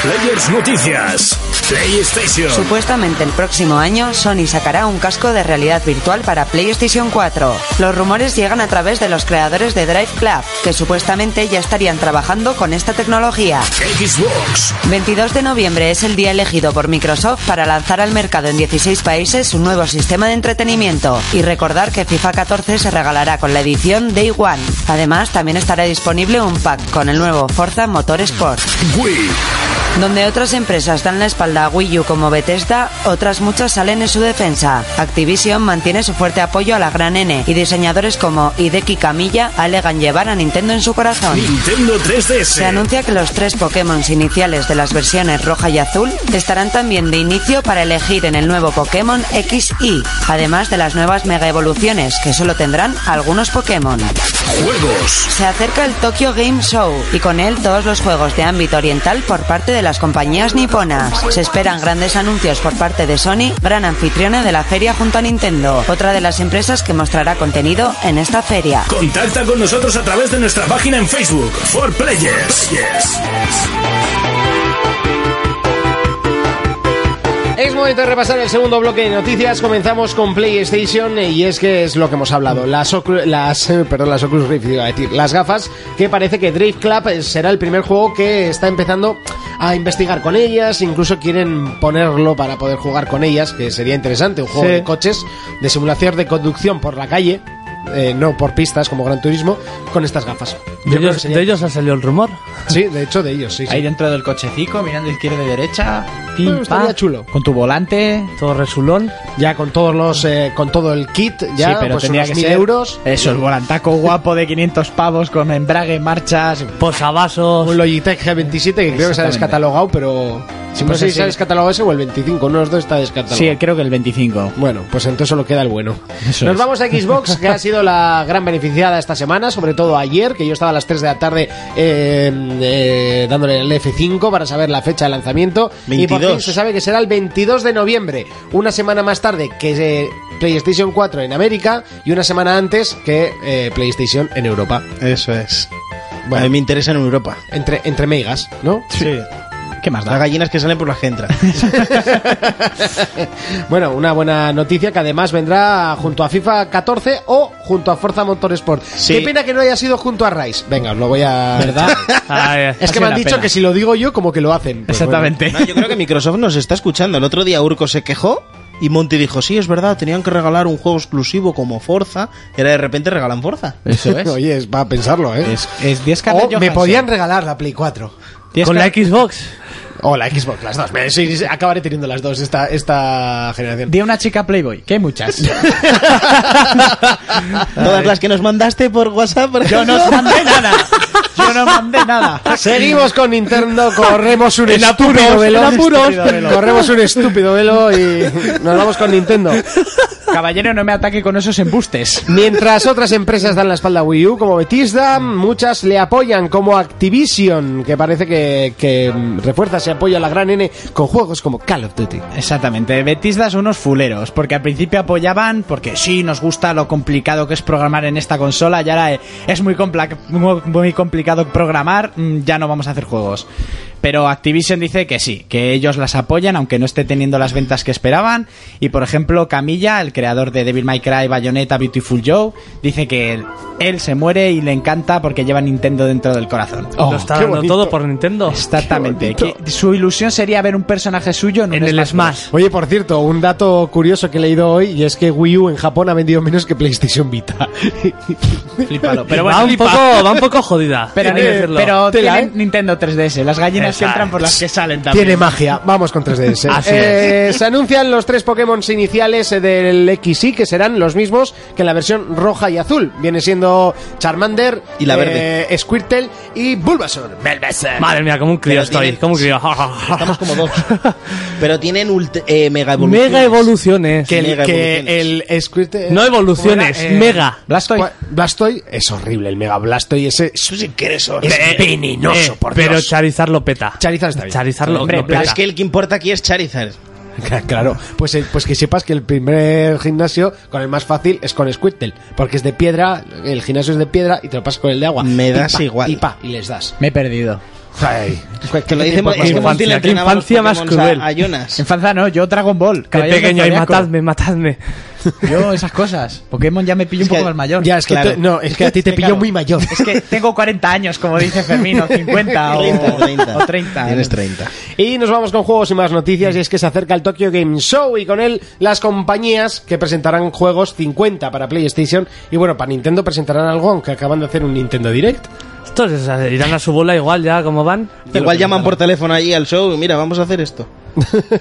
[SPEAKER 1] Players Noticias. PlayStation.
[SPEAKER 3] Supuestamente el próximo año Sony sacará un casco de realidad virtual para PlayStation 4. Los rumores llegan a través de los creadores de Drive Club, que supuestamente ya estarían trabajando con esta tecnología.
[SPEAKER 1] Xbox.
[SPEAKER 3] 22 de noviembre es el día elegido por Microsoft para lanzar al mercado en 16 países un nuevo sistema de entretenimiento y recordar que FIFA 14 se regalará con la edición Day One. Además, también estará disponible un pack con el nuevo Forza Motorsport.
[SPEAKER 1] Wii.
[SPEAKER 3] Donde otras empresas dan la espalda a Wii U como Bethesda, otras muchas salen en su defensa. Activision mantiene su fuerte apoyo a la gran N y diseñadores como Hideki Kamiya alegan llevar a Nintendo en su corazón.
[SPEAKER 1] Nintendo 3DS.
[SPEAKER 3] Se anuncia que los tres Pokémon iniciales de las versiones roja y azul estarán también de inicio para elegir en el nuevo Pokémon XY, además de las nuevas mega evoluciones que solo tendrán algunos Pokémon.
[SPEAKER 1] Juegos.
[SPEAKER 3] Se acerca el Tokyo Game Show y con él todos los juegos de ámbito oriental por parte de las compañías niponas. Se esperan grandes anuncios por parte de Sony, gran anfitriona de la feria junto a Nintendo, otra de las empresas que mostrará contenido en esta feria.
[SPEAKER 1] Contacta con nosotros a través de nuestra página en Facebook, For Players.
[SPEAKER 2] Es momento de repasar el segundo bloque de noticias. Comenzamos con PlayStation eh, y es que es lo que hemos hablado. Las, Ocru- las, eh, perdón, las Oculus Rift, iba a decir, las gafas, que parece que Drift Club eh, será el primer juego que está empezando a investigar con ellas. Incluso quieren ponerlo para poder jugar con ellas, que sería interesante. Un juego
[SPEAKER 6] Sí.
[SPEAKER 2] de coches, de simulación de conducción por la calle, eh, no por pistas como Gran Turismo, con estas gafas. Yo
[SPEAKER 6] De
[SPEAKER 2] creo
[SPEAKER 6] ellos,
[SPEAKER 2] que sería-
[SPEAKER 6] de ellos ha salido el rumor.
[SPEAKER 2] Sí, de hecho, de ellos, sí. sí.
[SPEAKER 4] Ahí dentro del cochecico, mirando izquierda y derecha.
[SPEAKER 6] Pim,
[SPEAKER 2] Bueno, estaría
[SPEAKER 6] pam,
[SPEAKER 2] chulo.
[SPEAKER 4] Con tu volante.
[SPEAKER 6] Todo resulón.
[SPEAKER 2] Ya con todos los, eh, con todo el kit, ya
[SPEAKER 4] sí, pero
[SPEAKER 2] pues
[SPEAKER 4] tendría
[SPEAKER 2] unos
[SPEAKER 4] que
[SPEAKER 2] mil
[SPEAKER 4] ser
[SPEAKER 2] euros.
[SPEAKER 4] Eso, el volantaco guapo de 500 pavos con embrague, marchas.
[SPEAKER 2] Un
[SPEAKER 6] Posavasos.
[SPEAKER 2] Logitech G27 que creo que se ha
[SPEAKER 4] Exactamente.
[SPEAKER 2] descatalogado, pero si no
[SPEAKER 4] Pues
[SPEAKER 2] sé si
[SPEAKER 4] así.
[SPEAKER 2] se ha descatalogado ese o el 25, uno de los dos está descatalogado.
[SPEAKER 4] Sí, creo que el 25.
[SPEAKER 2] Bueno, pues entonces solo queda el bueno.
[SPEAKER 4] Eso
[SPEAKER 2] Nos
[SPEAKER 4] es.
[SPEAKER 2] vamos a Xbox, que ha sido la gran beneficiada esta semana, sobre todo ayer, que yo estaba a las 3 de la tarde eh, eh, dándole el F5 para saber la fecha de lanzamiento. Y por
[SPEAKER 5] 22.
[SPEAKER 2] fin se sabe que será el 22 de noviembre, una semana más tarde que eh, PlayStation 4 en América y una semana antes que eh, PlayStation en Europa.
[SPEAKER 5] Eso es.
[SPEAKER 2] Bueno.
[SPEAKER 5] A mí me interesa en Europa.
[SPEAKER 2] Entre, entre megas, ¿no?
[SPEAKER 5] Sí.
[SPEAKER 4] ¿Qué más
[SPEAKER 5] Las
[SPEAKER 4] da?
[SPEAKER 5] gallinas que salen por las que entran.
[SPEAKER 2] Bueno, una buena noticia que además vendrá junto a FIFA 14 o junto a Forza Motorsport.
[SPEAKER 5] Sí.
[SPEAKER 2] Qué pena que no haya sido junto a Rise. Venga, os lo voy a.
[SPEAKER 4] ¿Verdad?
[SPEAKER 6] Ay,
[SPEAKER 2] Es que me han dicho que si lo digo yo, como que lo hacen. Pues
[SPEAKER 4] Exactamente.
[SPEAKER 5] No, yo creo que Microsoft nos está escuchando. El otro día Urco se quejó Y Monty dijo, sí, es verdad, tenían que regalar un juego exclusivo como Forza. Y ahora de repente regalan Forza.
[SPEAKER 4] Eso es.
[SPEAKER 2] Oye, es para pensarlo, ¿eh?
[SPEAKER 4] Es, es 10
[SPEAKER 2] O me podían regalar la Play 4.
[SPEAKER 6] Con la Xbox.
[SPEAKER 2] O la Xbox, las dos. Me- sí, sí, acabaré teniendo las dos esta, esta generación.
[SPEAKER 4] De una chica Playboy, que hay muchas.
[SPEAKER 5] Todas las que nos mandaste por WhatsApp. por
[SPEAKER 4] Yo
[SPEAKER 5] ejemplo.
[SPEAKER 4] no os mandé nada. Yo no mandé nada.
[SPEAKER 2] Seguimos con Nintendo, corremos un
[SPEAKER 6] En
[SPEAKER 2] estúpido
[SPEAKER 6] apuros,
[SPEAKER 2] velo.
[SPEAKER 6] en apuros.
[SPEAKER 2] Estúpido velo. Corremos un estúpido velo y nos vamos con Nintendo.
[SPEAKER 4] Caballero, no me ataque con esos embustes.
[SPEAKER 2] Mientras otras empresas dan la espalda a Wii U, como Bethesda, muchas le apoyan, como Activision, que parece que, que, mm, refuerza ese apoyo a la gran N con juegos como Call of Duty.
[SPEAKER 4] Exactamente, Betisdas unos fuleros, porque al principio apoyaban, porque sí, nos gusta lo complicado que es programar en esta consola, y ahora eh, es muy, compla- muy muy complicado programar, mm, ya no vamos a hacer juegos. Pero Activision dice que sí, que ellos las apoyan, aunque no esté teniendo las ventas que esperaban, y por ejemplo Camilla, el creador de Devil May Cry, Bayonetta, Beautiful Joe, dice que él, él se muere y le encanta porque lleva Nintendo dentro del corazón.
[SPEAKER 6] Lo está
[SPEAKER 2] qué
[SPEAKER 6] dando
[SPEAKER 2] bonito.
[SPEAKER 6] todo por Nintendo.
[SPEAKER 4] Exactamente, que su ilusión sería ver un personaje suyo en, un
[SPEAKER 6] En el Smash.
[SPEAKER 2] Oye, por cierto, un dato curioso que he leído hoy y es que Wii U en Japón ha vendido menos que PlayStation Vita.
[SPEAKER 4] Flipalo. Pero
[SPEAKER 6] va,
[SPEAKER 4] bueno,
[SPEAKER 6] un poco, va un poco jodida.
[SPEAKER 4] Pero,
[SPEAKER 6] hay que decirlo.
[SPEAKER 4] pero
[SPEAKER 2] Tela,
[SPEAKER 4] tienen
[SPEAKER 2] ¿eh?
[SPEAKER 4] Nintendo 3DS, las gallinas que
[SPEAKER 6] Exacto.
[SPEAKER 4] entran por las que salen también.
[SPEAKER 2] Tiene magia. Vamos con 3DS.
[SPEAKER 6] Así
[SPEAKER 2] Eh, Se anuncian los tres Pokémon iniciales eh, del XY, que serán los mismos que en la versión roja y azul. Viene siendo Charmander,
[SPEAKER 5] Y la
[SPEAKER 2] eh,
[SPEAKER 5] verde.
[SPEAKER 2] Squirtle y Bulbasaur. Bulbasaur.
[SPEAKER 6] Madre mía, como un crío
[SPEAKER 5] Pero
[SPEAKER 6] estoy.
[SPEAKER 5] tienen-
[SPEAKER 6] Como un crío.
[SPEAKER 5] Estamos como dos. Pero tienen ultra- eh, mega evoluciones.
[SPEAKER 6] Mega evoluciones.
[SPEAKER 2] Que el,
[SPEAKER 5] Mega
[SPEAKER 2] que
[SPEAKER 5] evoluciones.
[SPEAKER 2] el Squirtle...
[SPEAKER 6] No evoluciones,
[SPEAKER 2] ¿cómo era? Eh,
[SPEAKER 6] mega.
[SPEAKER 2] Blastoy. Blastoy es horrible, el Mega Blastoy ese... Eso sí que eres horrible. Es venenoso,
[SPEAKER 6] Eh,
[SPEAKER 2] por
[SPEAKER 6] pero
[SPEAKER 2] Dios.
[SPEAKER 6] Charizard lo peta.
[SPEAKER 2] Charizard está bien.
[SPEAKER 6] Charizard lo,
[SPEAKER 2] Hombre,
[SPEAKER 6] lo
[SPEAKER 5] Pero
[SPEAKER 6] peta.
[SPEAKER 5] es que el que importa aquí es Charizard.
[SPEAKER 2] Claro, pues, eh, pues que sepas que el primer gimnasio con el más fácil es con Squirtle, porque es de piedra, el gimnasio es de piedra y te lo pasas con el de agua.
[SPEAKER 5] Me
[SPEAKER 2] Y
[SPEAKER 5] das
[SPEAKER 2] pa,
[SPEAKER 5] igual.
[SPEAKER 2] Y pa, y les das.
[SPEAKER 4] Me he perdido.
[SPEAKER 2] Ay,
[SPEAKER 5] Que lo
[SPEAKER 2] qué
[SPEAKER 5] dice
[SPEAKER 2] tiempo
[SPEAKER 5] es que
[SPEAKER 2] pasado.
[SPEAKER 6] infancia,
[SPEAKER 5] Monty le
[SPEAKER 6] qué
[SPEAKER 5] entrenaba a los
[SPEAKER 6] infancia más
[SPEAKER 5] Pokémon a-
[SPEAKER 6] cruel.
[SPEAKER 5] A, Jonas.
[SPEAKER 4] En Fanza no, yo Dragon Ball.
[SPEAKER 6] De
[SPEAKER 4] Caballeros
[SPEAKER 6] pequeño,
[SPEAKER 4] del
[SPEAKER 6] ahí
[SPEAKER 4] Zodiaco.
[SPEAKER 6] matadme, matadme.
[SPEAKER 4] Yo esas cosas. Pokémon ya me pillo
[SPEAKER 5] Es
[SPEAKER 4] un
[SPEAKER 5] que-
[SPEAKER 4] poco más mayor.
[SPEAKER 2] Ya, es que,
[SPEAKER 5] Claro.
[SPEAKER 2] te- no, es que a ti te
[SPEAKER 4] Es que
[SPEAKER 2] pilló
[SPEAKER 4] claro.
[SPEAKER 2] muy mayor.
[SPEAKER 4] Es que tengo 40 años, como dice Fermín, o 50 o
[SPEAKER 5] 30,
[SPEAKER 4] 30.
[SPEAKER 5] 30.
[SPEAKER 4] O 30.
[SPEAKER 5] Tienes 30.
[SPEAKER 2] Y nos vamos con juegos y más noticias, y es que se acerca el Tokyo Game Show y con él las compañías que presentarán juegos 50 para PlayStation y bueno, para Nintendo presentarán algo, aunque acaban de hacer un Nintendo Direct.
[SPEAKER 6] Estos o sea, irán a su bola igual ya, como van.
[SPEAKER 5] Igual llaman por teléfono allí al show y mira, vamos a hacer esto.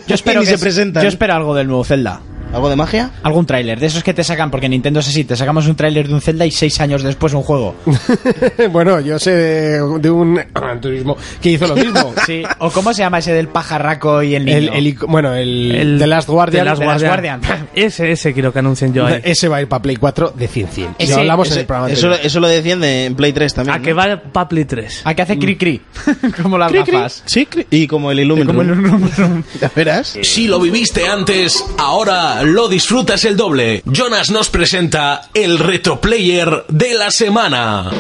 [SPEAKER 4] Yo espero,
[SPEAKER 5] Ni
[SPEAKER 4] que
[SPEAKER 5] se
[SPEAKER 4] es-
[SPEAKER 5] presentan.
[SPEAKER 4] yo espero algo del nuevo Zelda.
[SPEAKER 5] ¿Algo de magia?
[SPEAKER 4] Algún tráiler, de esos que te sacan, porque Nintendo es así, te sacamos un tráiler de un Zelda y seis años después un juego.
[SPEAKER 2] bueno, yo sé de, de un turismo que hizo lo mismo.
[SPEAKER 4] Sí. ¿O cómo se llama ese del pajarraco y el niño?
[SPEAKER 2] El, el ic- bueno, el,
[SPEAKER 6] El-
[SPEAKER 2] The Last Guardian.
[SPEAKER 6] The Last
[SPEAKER 4] The Last
[SPEAKER 6] Guardian.
[SPEAKER 4] Guardian.
[SPEAKER 6] Ese, ese quiero que anuncien yo ahí.
[SPEAKER 2] Ese va a ir para Play 4 de 100 100.
[SPEAKER 4] Ese-
[SPEAKER 2] Lo hablamos en
[SPEAKER 5] Ese-
[SPEAKER 2] el programa
[SPEAKER 5] eso,
[SPEAKER 2] anterior.
[SPEAKER 5] eso lo decían de- en Play 3 también.
[SPEAKER 6] A que
[SPEAKER 5] ¿no?
[SPEAKER 6] va Papli 3.
[SPEAKER 4] ¿A qué hace cri cri? como las
[SPEAKER 5] Cri, cri.
[SPEAKER 4] gafas.
[SPEAKER 5] Sí, cri. Y como el Illuminum.
[SPEAKER 4] Como el rum, rum, rum.
[SPEAKER 5] ¿Ya verás?
[SPEAKER 9] Si lo viviste antes, ahora lo disfrutas el doble. Jonas nos presenta el Retro Player de la semana.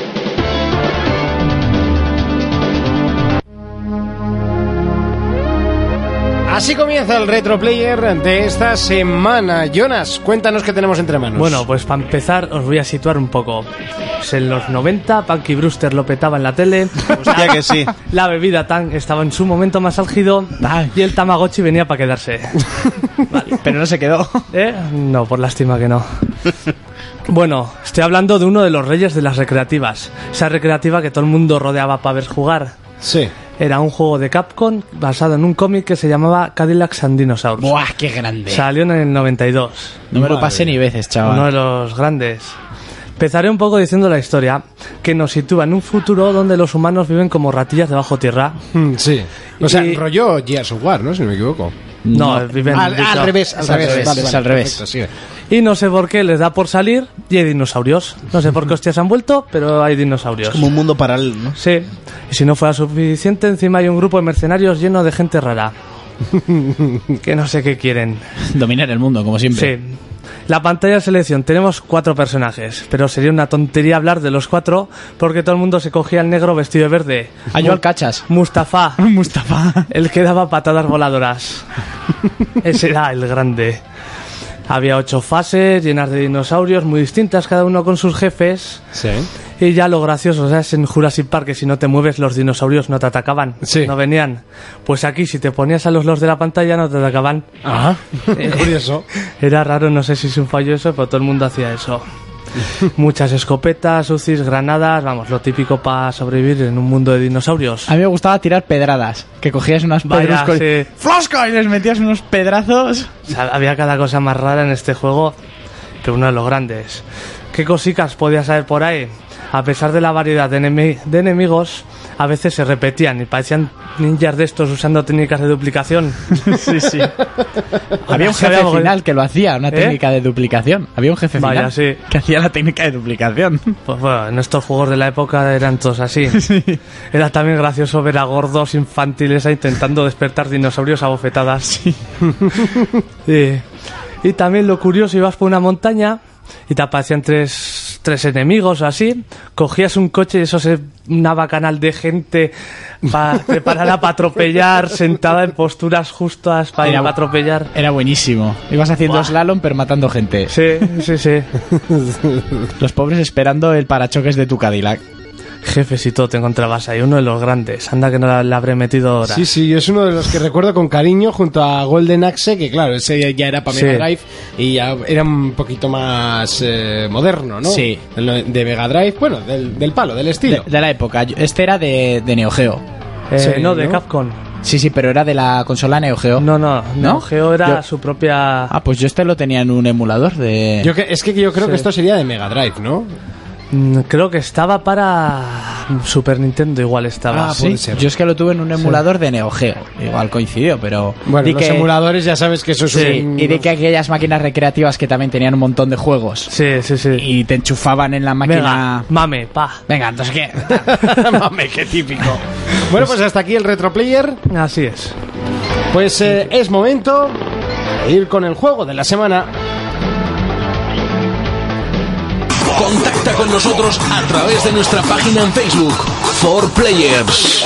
[SPEAKER 2] Así comienza el Retro Player de esta semana. Jonas, cuéntanos qué tenemos entre manos.
[SPEAKER 6] Bueno, pues para empezar os voy a situar un poco. Pues en los 90, Punky Brewster lo petaba en la tele.
[SPEAKER 5] Hostia que sí.
[SPEAKER 6] La bebida tan estaba en su momento más álgido
[SPEAKER 4] Tang.
[SPEAKER 6] y el Tamagotchi venía para quedarse.
[SPEAKER 4] Pero no se quedó.
[SPEAKER 6] ¿Eh? No, por lástima que no. Bueno, estoy hablando de uno de los reyes de las recreativas. Esa recreativa que todo el mundo rodeaba para ver jugar.
[SPEAKER 2] sí.
[SPEAKER 6] Era un juego de Capcom basado en un cómic que se llamaba Cadillacs and Dinosaurs.
[SPEAKER 4] Buah, qué grande.
[SPEAKER 6] Salió en el 92.
[SPEAKER 4] no me lo pasé ni veces, chaval.
[SPEAKER 6] Uno de los grandes. Empezaré un poco diciendo la historia, que nos sitúa en un futuro donde los humanos viven como ratillas debajo tierra.
[SPEAKER 2] Mm, sí. O sea,
[SPEAKER 6] Y-
[SPEAKER 2] rollo Gears of War, ¿no? Si no me equivoco.
[SPEAKER 6] No, viven
[SPEAKER 2] Al,
[SPEAKER 6] dicho.
[SPEAKER 2] al revés, al
[SPEAKER 4] Es al
[SPEAKER 2] revés.
[SPEAKER 4] revés,
[SPEAKER 2] Vale,
[SPEAKER 4] es
[SPEAKER 2] vale,
[SPEAKER 4] al revés.
[SPEAKER 2] perfecto, sigue.
[SPEAKER 6] Y no sé por qué les da por salir y hay dinosaurios. No sé por qué hostias han vuelto, pero hay dinosaurios.
[SPEAKER 5] Como un mundo paralelo, ¿no?
[SPEAKER 6] Sí, y si no fuera suficiente, encima hay un grupo de mercenarios lleno de gente rara. que no sé qué quieren.
[SPEAKER 4] Dominar el mundo, como siempre.
[SPEAKER 6] Sí. La pantalla de selección, tenemos cuatro personajes, pero sería una tontería hablar de los cuatro porque todo el mundo se cogía el negro vestido de verde.
[SPEAKER 4] Año Ah, al cachas.
[SPEAKER 6] Mustafa,
[SPEAKER 4] Mustafa.
[SPEAKER 6] el que daba patadas voladoras. Ese era el grande. Había ocho fases llenas de dinosaurios muy distintas, cada uno con sus jefes.
[SPEAKER 7] Sí.
[SPEAKER 6] Y ya lo gracioso, ¿sabes? En Jurassic Park, que si no te mueves, los dinosaurios no te atacaban. No venían. Pues aquí, si te ponías a los los de la pantalla, no te atacaban.
[SPEAKER 2] Ah, curioso.
[SPEAKER 6] Era raro, no sé si es un fallo eso, pero todo el mundo hacía eso. Muchas escopetas, UCIs, granadas, vamos, lo típico para sobrevivir en un mundo de dinosaurios.
[SPEAKER 4] A mí me gustaba tirar pedradas, que cogías unas
[SPEAKER 6] Vaya,
[SPEAKER 4] pedras con...
[SPEAKER 6] sí.
[SPEAKER 4] ¡Flasca! Y les metías unos pedrazos.
[SPEAKER 6] O sea, había cada cosa más rara en este juego que uno de los grandes. ¿Qué cositas podías saber por ahí? A pesar de la variedad de, enemi- de enemigos, a veces se repetían y parecían ninjas de estos usando técnicas de duplicación.
[SPEAKER 4] sí, sí. Había un jefe final que lo hacía, una
[SPEAKER 6] ¿Eh?
[SPEAKER 4] técnica de duplicación. Había un jefe
[SPEAKER 6] Vaya,
[SPEAKER 4] final
[SPEAKER 6] sí.
[SPEAKER 4] que hacía la técnica de duplicación.
[SPEAKER 6] Pues bueno, en estos juegos de la época eran todos así. Era también gracioso ver a gordos infantiles ahí intentando despertar dinosaurios a bofetadas. Sí. Y también lo curioso, ibas por una montaña y te aparecían tres, tres enemigos o así, cogías un coche y eso es una bacanal de gente pa- preparada para atropellar, sentada en posturas justas para ir
[SPEAKER 4] Era-
[SPEAKER 6] a atropellar.
[SPEAKER 4] Era buenísimo. Ibas haciendo
[SPEAKER 6] Buah.
[SPEAKER 4] slalom pero matando gente.
[SPEAKER 6] Sí, sí, sí.
[SPEAKER 4] Los pobres esperando el parachoques de tu Cadillac.
[SPEAKER 6] Jefes y todo te encontrabas ahí, uno de los grandes. Anda que no la- le habré metido ahora.
[SPEAKER 2] Sí, sí, yo es uno de los que recuerdo con cariño junto a Golden Axe, que claro, ese ya- ya era para Mega
[SPEAKER 6] Sí.
[SPEAKER 2] Drive y ya era un poquito más eh, moderno, ¿no?
[SPEAKER 4] Sí.
[SPEAKER 2] De, de Mega Drive, bueno, del, del palo, del
[SPEAKER 4] De,
[SPEAKER 2] estilo.
[SPEAKER 4] de la época. Yo- Este era de, de Neo Geo.
[SPEAKER 6] Eh,
[SPEAKER 2] Sí,
[SPEAKER 6] no, de
[SPEAKER 2] ¿no?
[SPEAKER 6] Capcom.
[SPEAKER 4] Sí, sí, pero era de la consola Neo Geo.
[SPEAKER 6] No, no,
[SPEAKER 4] ¿No?
[SPEAKER 6] no. Geo era
[SPEAKER 4] Yo-
[SPEAKER 6] su propia.
[SPEAKER 4] Ah, pues yo este lo tenía en un emulador de...
[SPEAKER 2] Yo que- es que yo creo que esto sería de Mega Drive, ¿no?
[SPEAKER 6] Mm, Creo que estaba para Super Nintendo, igual estaba.
[SPEAKER 2] Ah,
[SPEAKER 6] Sí.
[SPEAKER 2] puede ser.
[SPEAKER 4] Yo es que lo tuve en un emulador de Neo Geo. Igual coincidió, pero...
[SPEAKER 2] Bueno,
[SPEAKER 4] Di
[SPEAKER 2] los
[SPEAKER 4] que-
[SPEAKER 2] emuladores ya sabes que eso es
[SPEAKER 4] Sí,
[SPEAKER 2] un-
[SPEAKER 4] y de que aquellas máquinas recreativas que también tenían un montón de juegos.
[SPEAKER 6] Sí, sí, sí.
[SPEAKER 4] Y te enchufaban en la máquina...
[SPEAKER 6] Venga, mame, pa.
[SPEAKER 4] Venga, entonces qué...
[SPEAKER 2] Mame, qué típico. Bueno, pues hasta aquí el retroplayer.
[SPEAKER 6] Así es.
[SPEAKER 2] Pues eh, es momento de ir con el juego de la semana.
[SPEAKER 9] Contacta con nosotros a través de nuestra página en Facebook, For Players.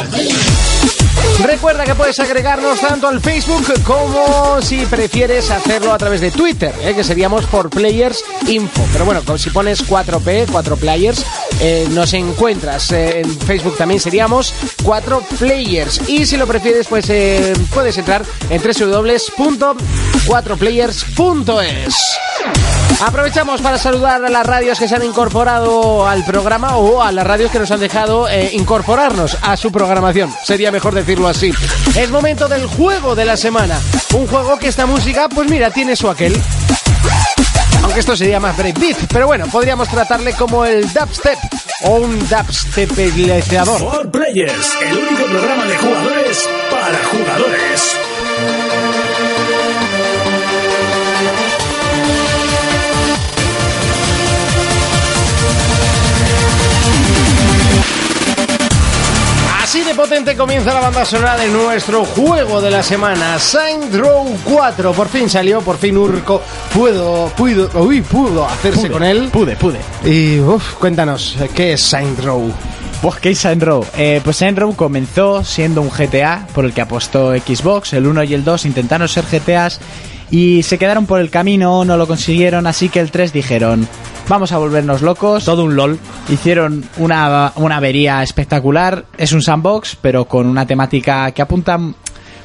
[SPEAKER 2] Recuerda que puedes agregarnos tanto al Facebook como si prefieres hacerlo a través de Twitter, ¿eh? que seríamos por Players Info. Pero bueno, como si pones 4P, 4 Players, eh, nos encuentras. Eh, en Facebook también seríamos 4 Players. Y si lo prefieres, pues eh, puedes entrar en www.4players.es. Aprovechamos para saludar a las radios que se han incorporado al programa o a las radios que nos han dejado eh, incorporarnos a su programación. Sería mejor decirlo así. Es momento del juego de la semana. Un juego que esta música, pues mira, tiene su aquel. Aunque esto sería más breakbeat, pero bueno, podríamos tratarle como el dubstep o un dubstepileceador.
[SPEAKER 1] For Players, el único programa de jugadores para jugadores.
[SPEAKER 2] Así de potente comienza la banda sonora de nuestro juego de la semana, Saint Row 4. Por fin salió, por fin Urco pudo, pudo, uy, pudo hacerse
[SPEAKER 4] Pude,
[SPEAKER 2] con él.
[SPEAKER 4] Pude, pude.
[SPEAKER 2] Y uff, cuéntanos, ¿qué es Saint Row?
[SPEAKER 4] Pues ¿qué es Saints Row? Eh, pues Saints Row comenzó siendo un GTA por el que apostó Xbox, el 1 y el 2 intentaron ser GTAs y se quedaron por el camino, no lo consiguieron, así que el 3 dijeron, vamos a volvernos locos.
[SPEAKER 6] Todo un LOL.
[SPEAKER 4] Hicieron una, una avería espectacular, es un sandbox, pero con una temática que apunta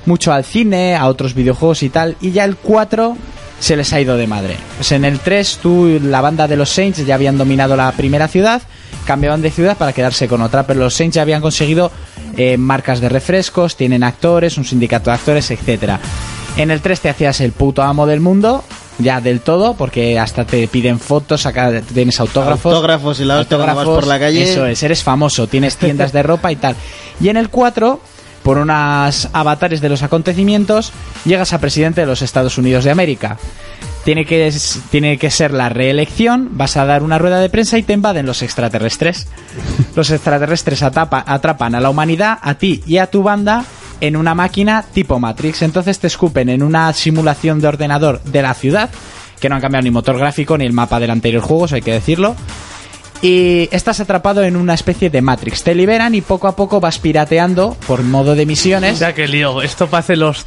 [SPEAKER 4] mucho al cine, a otros videojuegos y tal, y ya el 4 se les ha ido de madre. Pues en el 3 tú y la banda de los Saints ya habían dominado la primera ciudad, cambiaban de ciudad para quedarse con otra, pero los Saints ya habían conseguido eh, marcas de refrescos, tienen actores, un sindicato de actores, etc. En el 3 te hacías el puto amo del mundo, ya del todo, porque hasta te piden fotos, saca- tienes autógrafos.
[SPEAKER 5] Autógrafos y la hostia cuando vas
[SPEAKER 4] Autógrafos,
[SPEAKER 5] por la calle.
[SPEAKER 4] Eso es, eres famoso, tienes tiendas de ropa y tal. Y en el 4, por unas avatares de los acontecimientos, llegas a presidente de los Estados Unidos de América. Tiene que, es- tiene que ser la reelección, vas a dar una rueda de prensa y te invaden los extraterrestres. Los extraterrestres atapa- atrapan a la humanidad, a ti y a tu banda en una máquina tipo Matrix. Entonces te escupen en una simulación de ordenador de la ciudad, que no han cambiado ni motor gráfico ni el mapa del anterior juego, eso hay que decirlo y estás atrapado en una especie de Matrix. Te liberan y poco a poco vas pirateando por modo de
[SPEAKER 6] O
[SPEAKER 4] misiones.
[SPEAKER 6] sea, que lío. Esto parece los.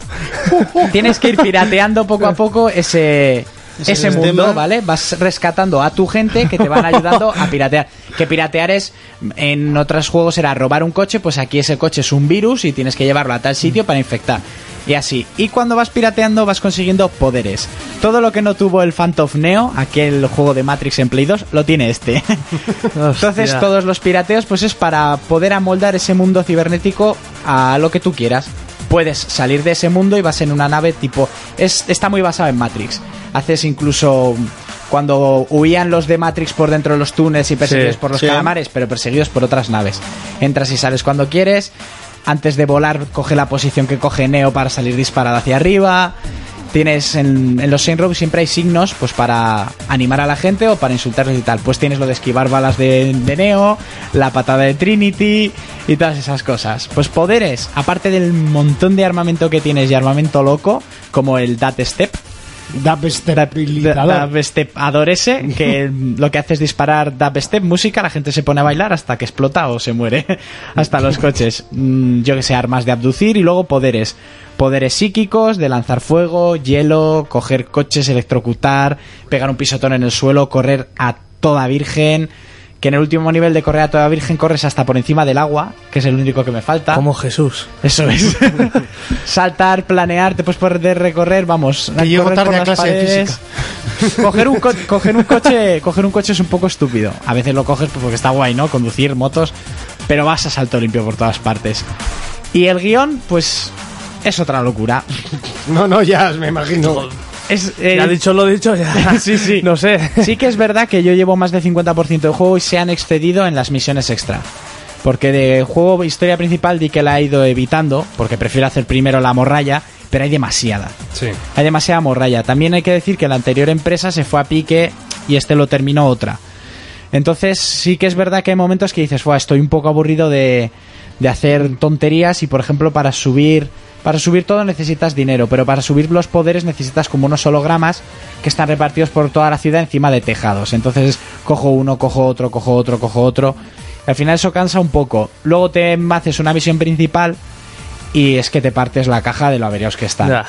[SPEAKER 4] Tienes que ir pirateando poco a poco ese ese, mundo, ¿vale? Vas rescatando a tu gente que te van ayudando a piratear. Que piratear es, en otros juegos era robar un coche, pues aquí ese coche es un virus y tienes que llevarlo a tal sitio para infectar. Y así. Y cuando vas pirateando vas consiguiendo poderes. Todo lo que no tuvo el Phantom Neo, aquel juego de Matrix en Play 2, lo tiene este. Entonces
[SPEAKER 6] Hostia.
[SPEAKER 4] todos los pirateos pues es para poder amoldar ese mundo cibernético a lo que tú quieras. Puedes salir de ese mundo y vas en una nave tipo... Es, está muy basado en Matrix. Haces incluso... Cuando huían los de Matrix por dentro de los túneles y perseguidos
[SPEAKER 6] Sí,
[SPEAKER 4] por los
[SPEAKER 6] sí.
[SPEAKER 4] calamares, pero perseguidos por otras naves. Entras y sales cuando quieres. Antes de volar, coge la posición que coge Neo para salir disparado hacia arriba. Tienes en, en los Saint Row siempre hay signos pues para animar a la gente o para insultarles y tal. Pues tienes lo de esquivar balas de, de Neo, la patada de Trinity y todas esas cosas. Pues poderes, aparte del montón de armamento que tienes y armamento loco, como el Dat Step,
[SPEAKER 2] Dabestabilizador.
[SPEAKER 4] Dubstepador este ese, que lo que hace es disparar dubstep, música, la gente se pone a bailar hasta que explota o se muere. Hasta los coches. Mm, Yo que sé, armas de abducir y luego poderes. Poderes psíquicos, de lanzar fuego, hielo, coger coches, electrocutar, pegar un pisotón en el suelo, correr a toda virgen. Que en el último nivel de correr a toda virgen corres hasta por encima del agua, que es el único que me falta.
[SPEAKER 6] Como Jesús.
[SPEAKER 4] Eso es. Saltar, planear, te puedes poder recorrer, vamos.
[SPEAKER 2] Que llego
[SPEAKER 4] correr
[SPEAKER 2] tarde
[SPEAKER 4] por
[SPEAKER 2] a
[SPEAKER 4] las
[SPEAKER 2] clase de
[SPEAKER 4] paredes. Coger un, co- coger un coche, coger un coche es un poco estúpido. A veces lo coges pues, porque está guay, ¿no? Conducir motos, pero vas a salto limpio por todas partes. Y el guión, pues, es otra locura.
[SPEAKER 2] No, no, ya me imagino.
[SPEAKER 4] Es, eh,
[SPEAKER 6] Ya dicho lo dicho, ya.
[SPEAKER 4] Sí, sí.
[SPEAKER 6] No sé.
[SPEAKER 4] Sí que es verdad que yo llevo más del 50% del juego y se han excedido en las misiones extra. Porque de juego historia principal di que la he ido evitando, porque prefiero hacer primero la morralla, pero hay demasiada.
[SPEAKER 2] Sí.
[SPEAKER 4] Hay demasiada morralla. También hay que decir que la anterior empresa se fue a pique y este lo terminó otra. Entonces sí que es verdad que hay momentos que dices, "Buah, estoy un poco aburrido de, de hacer tonterías y por ejemplo para subir para subir todo necesitas dinero, pero para subir los poderes necesitas como unos hologramas que están repartidos por toda la ciudad encima de tejados. Entonces cojo uno, cojo otro, cojo otro, cojo otro. Al final eso cansa un poco. Luego te haces una misión principal y es que te partes la caja de lo averiados que están.
[SPEAKER 6] Ya.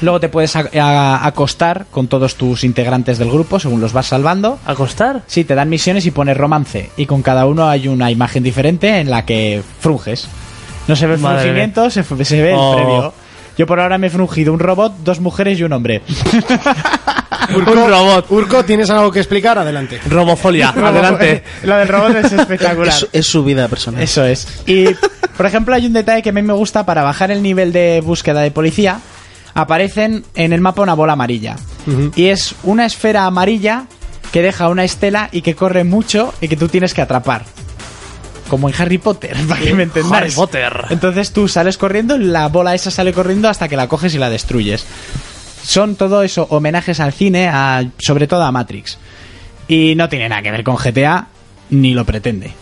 [SPEAKER 4] Luego te puedes a- a- acostar con todos tus integrantes del grupo según los vas salvando.
[SPEAKER 6] ¿Acostar?
[SPEAKER 4] Sí, te dan misiones y pones romance. Y con cada uno hay una imagen diferente en la que frunges. No se ve el
[SPEAKER 6] Madre
[SPEAKER 4] frungimiento, se, fu- se ve
[SPEAKER 6] Oh.
[SPEAKER 4] el previo. Yo por ahora me he frungido un robot, dos mujeres y un hombre.
[SPEAKER 6] Un robot.
[SPEAKER 2] Urco, ¿tienes algo que explicar? Adelante.
[SPEAKER 6] Robofolia. Adelante.
[SPEAKER 4] Lo del robot es espectacular.
[SPEAKER 5] Es, es su vida personal.
[SPEAKER 4] Eso es. Y, por ejemplo, hay un detalle que a mí me gusta para bajar el nivel de búsqueda de policía. Aparecen en el mapa una bola amarilla. Y es una esfera amarilla que deja una estela y que corre mucho y que tú tienes que atrapar. Como en Harry Potter, para que me entendáis.
[SPEAKER 6] Harry Potter.
[SPEAKER 4] Entonces tú sales corriendo, la bola esa sale corriendo hasta que la coges y la destruyes. Son todo eso homenajes al cine, a- sobre todo a Matrix. Y no tiene nada que ver con GTA, ni lo pretende.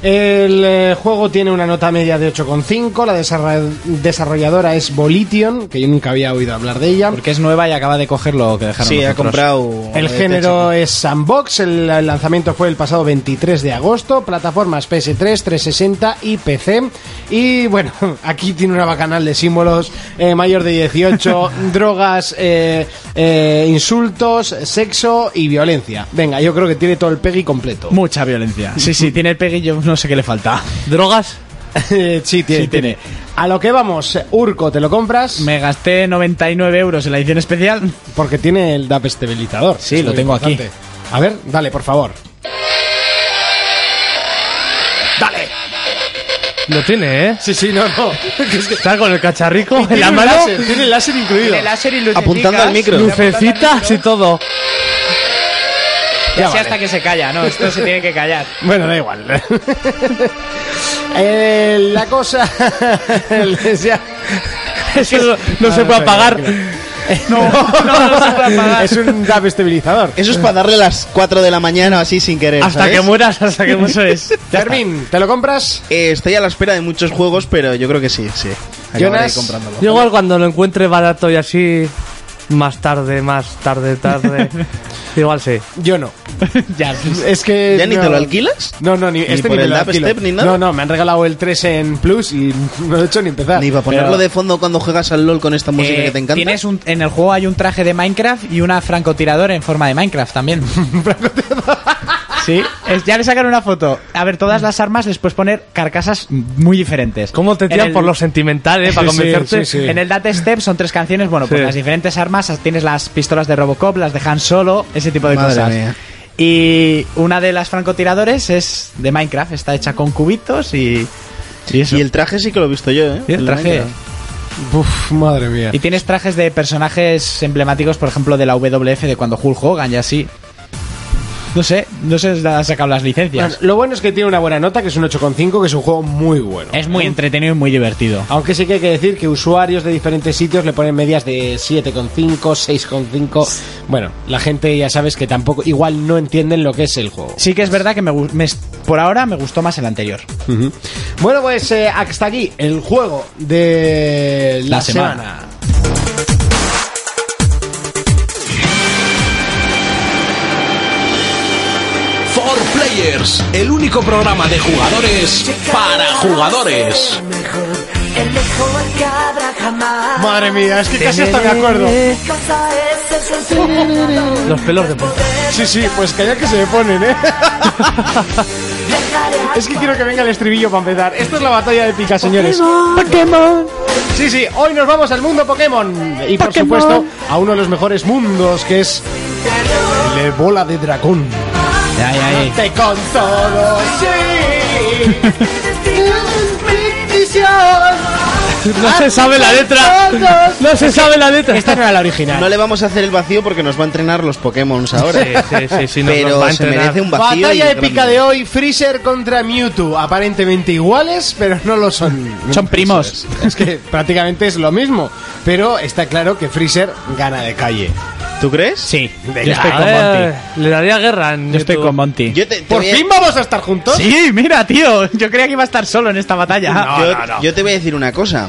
[SPEAKER 2] El eh, juego tiene una nota media de 8,5. La desarra- desarrolladora es Volition, que yo nunca había oído hablar de ella.
[SPEAKER 4] Porque es nueva y acaba de coger lo que dejaron
[SPEAKER 5] Sí, ha
[SPEAKER 4] nosotros.
[SPEAKER 5] comprado. este
[SPEAKER 2] El género es sandbox, el el lanzamiento fue el pasado 23 de agosto, plataformas PS3, 360 y PC. Y bueno, aquí tiene una bacanal de símbolos, eh, mayor de 18, drogas, eh, eh, insultos, sexo y violencia. Venga, yo creo que tiene todo el PEGI completo.
[SPEAKER 4] Mucha violencia. Sí, sí, tiene el pegue y yo no sé qué le falta.
[SPEAKER 6] ¿Drogas?
[SPEAKER 2] Eh, sí, tiene,
[SPEAKER 4] Sí, tiene.
[SPEAKER 2] A lo que vamos, Urco, ¿te lo compras?
[SPEAKER 4] Me gasté 99 euros en la edición especial.
[SPEAKER 2] Porque tiene el DAP estabilizador.
[SPEAKER 4] Sí,
[SPEAKER 2] Es
[SPEAKER 4] lo
[SPEAKER 2] muy
[SPEAKER 4] tengo aquí.
[SPEAKER 2] A ver, dale, por favor.
[SPEAKER 6] Lo tiene, ¿eh?
[SPEAKER 2] Sí, sí, no, no.
[SPEAKER 6] Está con el cacharrico en
[SPEAKER 2] Tiene
[SPEAKER 6] la
[SPEAKER 2] un
[SPEAKER 6] mano.
[SPEAKER 2] láser, tiene el láser incluido.
[SPEAKER 4] láser y
[SPEAKER 5] Apuntando al micro.
[SPEAKER 6] Lucecitas y todo.
[SPEAKER 4] Ya hasta que se calla, ¿no? Esto se tiene que callar.
[SPEAKER 2] Bueno, da igual. Eh, la cosa. les ya-
[SPEAKER 6] Eso no, no
[SPEAKER 2] Ah,
[SPEAKER 6] se
[SPEAKER 2] no,
[SPEAKER 6] puede
[SPEAKER 2] tranquilo,
[SPEAKER 6] apagar. No, no, no se puede apagar.
[SPEAKER 2] es un DAP estabilizador.
[SPEAKER 5] Eso es para darle las 4 de la mañana o así sin querer.
[SPEAKER 6] Hasta
[SPEAKER 5] ¿sabes?
[SPEAKER 6] que mueras, hasta que mueras.
[SPEAKER 2] Fermín, ¿te lo compras?
[SPEAKER 5] Eh, estoy a la espera de muchos juegos, pero yo creo que sí, sí. Acabaré
[SPEAKER 2] Jonas.
[SPEAKER 5] comprándolo.
[SPEAKER 6] Yo igual cuando lo encuentre barato y así más tarde, más tarde, tarde. Igual sí.
[SPEAKER 2] Yo no. ya,
[SPEAKER 5] Eh,
[SPEAKER 2] es que.
[SPEAKER 5] ¿Ya ni
[SPEAKER 2] no.
[SPEAKER 5] te lo alquilas?
[SPEAKER 2] No, no, ni
[SPEAKER 5] ¿Ni
[SPEAKER 2] este
[SPEAKER 5] por
[SPEAKER 2] ni me
[SPEAKER 5] el
[SPEAKER 2] lo
[SPEAKER 5] dubstep
[SPEAKER 2] alquilo.
[SPEAKER 5] ni nada?
[SPEAKER 2] No, no, me han regalado el 3 en Plus y no he hecho ni empezar.
[SPEAKER 5] Ni para ponerlo
[SPEAKER 2] Pero-
[SPEAKER 5] de fondo cuando juegas al LOL con esta música
[SPEAKER 4] Eh,
[SPEAKER 5] que te encanta.
[SPEAKER 4] Tienes un, en el juego hay un traje de Minecraft y una francotiradora en forma de Minecraft también. sí, es- ya le sacan una foto. A ver, todas las armas les puedes poner carcasas muy diferentes.
[SPEAKER 6] ¿Cómo te
[SPEAKER 4] En
[SPEAKER 6] tiran
[SPEAKER 4] el-
[SPEAKER 6] por lo sentimental, eh? Para
[SPEAKER 2] Sí, sí,
[SPEAKER 6] convencerte.
[SPEAKER 2] sí, sí.
[SPEAKER 4] En el Date Step son tres canciones, bueno, pues
[SPEAKER 6] Sí.
[SPEAKER 4] las diferentes armas, tienes las pistolas de Robocop, las de Han Solo, ese tipo de
[SPEAKER 5] Madre
[SPEAKER 4] cosas.
[SPEAKER 5] mía.
[SPEAKER 4] Y una de las francotiradores es de Minecraft, está hecha con cubitos y... Y, eso.
[SPEAKER 5] Y el traje sí que lo he visto yo, ¿eh?
[SPEAKER 4] Y el traje...
[SPEAKER 5] Minecraft.
[SPEAKER 2] Uf, madre mía.
[SPEAKER 4] Y tienes trajes de personajes emblemáticos, por ejemplo, de la WWF de cuando Hulk Hogan y así. No sé, no sé dónde han sacado las
[SPEAKER 2] Bueno,
[SPEAKER 4] licencias.
[SPEAKER 2] lo bueno es que tiene una buena nota, que es un 8,5, que es un juego muy bueno.
[SPEAKER 4] Es muy entretenido y muy divertido.
[SPEAKER 2] Aunque sí que hay que decir que usuarios de diferentes sitios le ponen medias de 7,5, 6,5. Bueno, la gente ya sabes que tampoco, igual no entienden lo que es el juego.
[SPEAKER 4] Sí que es verdad que me, gu- me es- por ahora me gustó más el anterior.
[SPEAKER 2] Ujú. Bueno, pues eh, hasta aquí el juego de la,
[SPEAKER 4] La semana.
[SPEAKER 2] semana.
[SPEAKER 9] For Players, el único programa de jugadores para jugadores.
[SPEAKER 2] Madre mía, es que casi hasta me acuerdo.
[SPEAKER 6] Los pelos de punta.
[SPEAKER 2] Sí, sí, pues calla que se me ponen, ¿eh? es que quiero que venga el estribillo para empezar. Esto es la batalla de pica, señores. Sí, sí, hoy nos vamos al mundo Pokémon. Y por supuesto, a uno de los mejores mundos, que es el de bola de dragón.
[SPEAKER 4] Ay, ay,
[SPEAKER 2] Te con todo, sí.
[SPEAKER 6] No se sabe la letra. No se sabe la letra.
[SPEAKER 2] Esta no era la original.
[SPEAKER 5] No le vamos a hacer el vacío porque nos va a entrenar los Pokémon ahora.
[SPEAKER 6] Sí, sí, sí, sí, nos los va
[SPEAKER 5] pero
[SPEAKER 6] a
[SPEAKER 5] se
[SPEAKER 6] entrenar.
[SPEAKER 5] merece un vacío.
[SPEAKER 2] Batalla
[SPEAKER 5] y
[SPEAKER 2] épica
[SPEAKER 5] grande.
[SPEAKER 2] de hoy, Freezer contra Mewtwo. Aparentemente iguales, pero no lo son.
[SPEAKER 4] Son primos.
[SPEAKER 2] Es que prácticamente es lo mismo. Pero está claro que Freezer gana de calle.
[SPEAKER 5] ¿Tú crees?
[SPEAKER 4] Sí,
[SPEAKER 2] Venga,
[SPEAKER 4] yo estoy
[SPEAKER 6] A
[SPEAKER 4] con
[SPEAKER 6] ver,
[SPEAKER 4] Monty.
[SPEAKER 6] Le daría guerra. en
[SPEAKER 4] Yo estoy
[SPEAKER 6] YouTube.
[SPEAKER 4] con Monty.
[SPEAKER 5] Yo te, te
[SPEAKER 2] ¿Por
[SPEAKER 5] voy a-
[SPEAKER 2] fin vamos a estar juntos?
[SPEAKER 4] Sí, mira, tío. Yo creía que iba a estar solo en esta batalla.
[SPEAKER 5] yo, yo te voy a decir una cosa.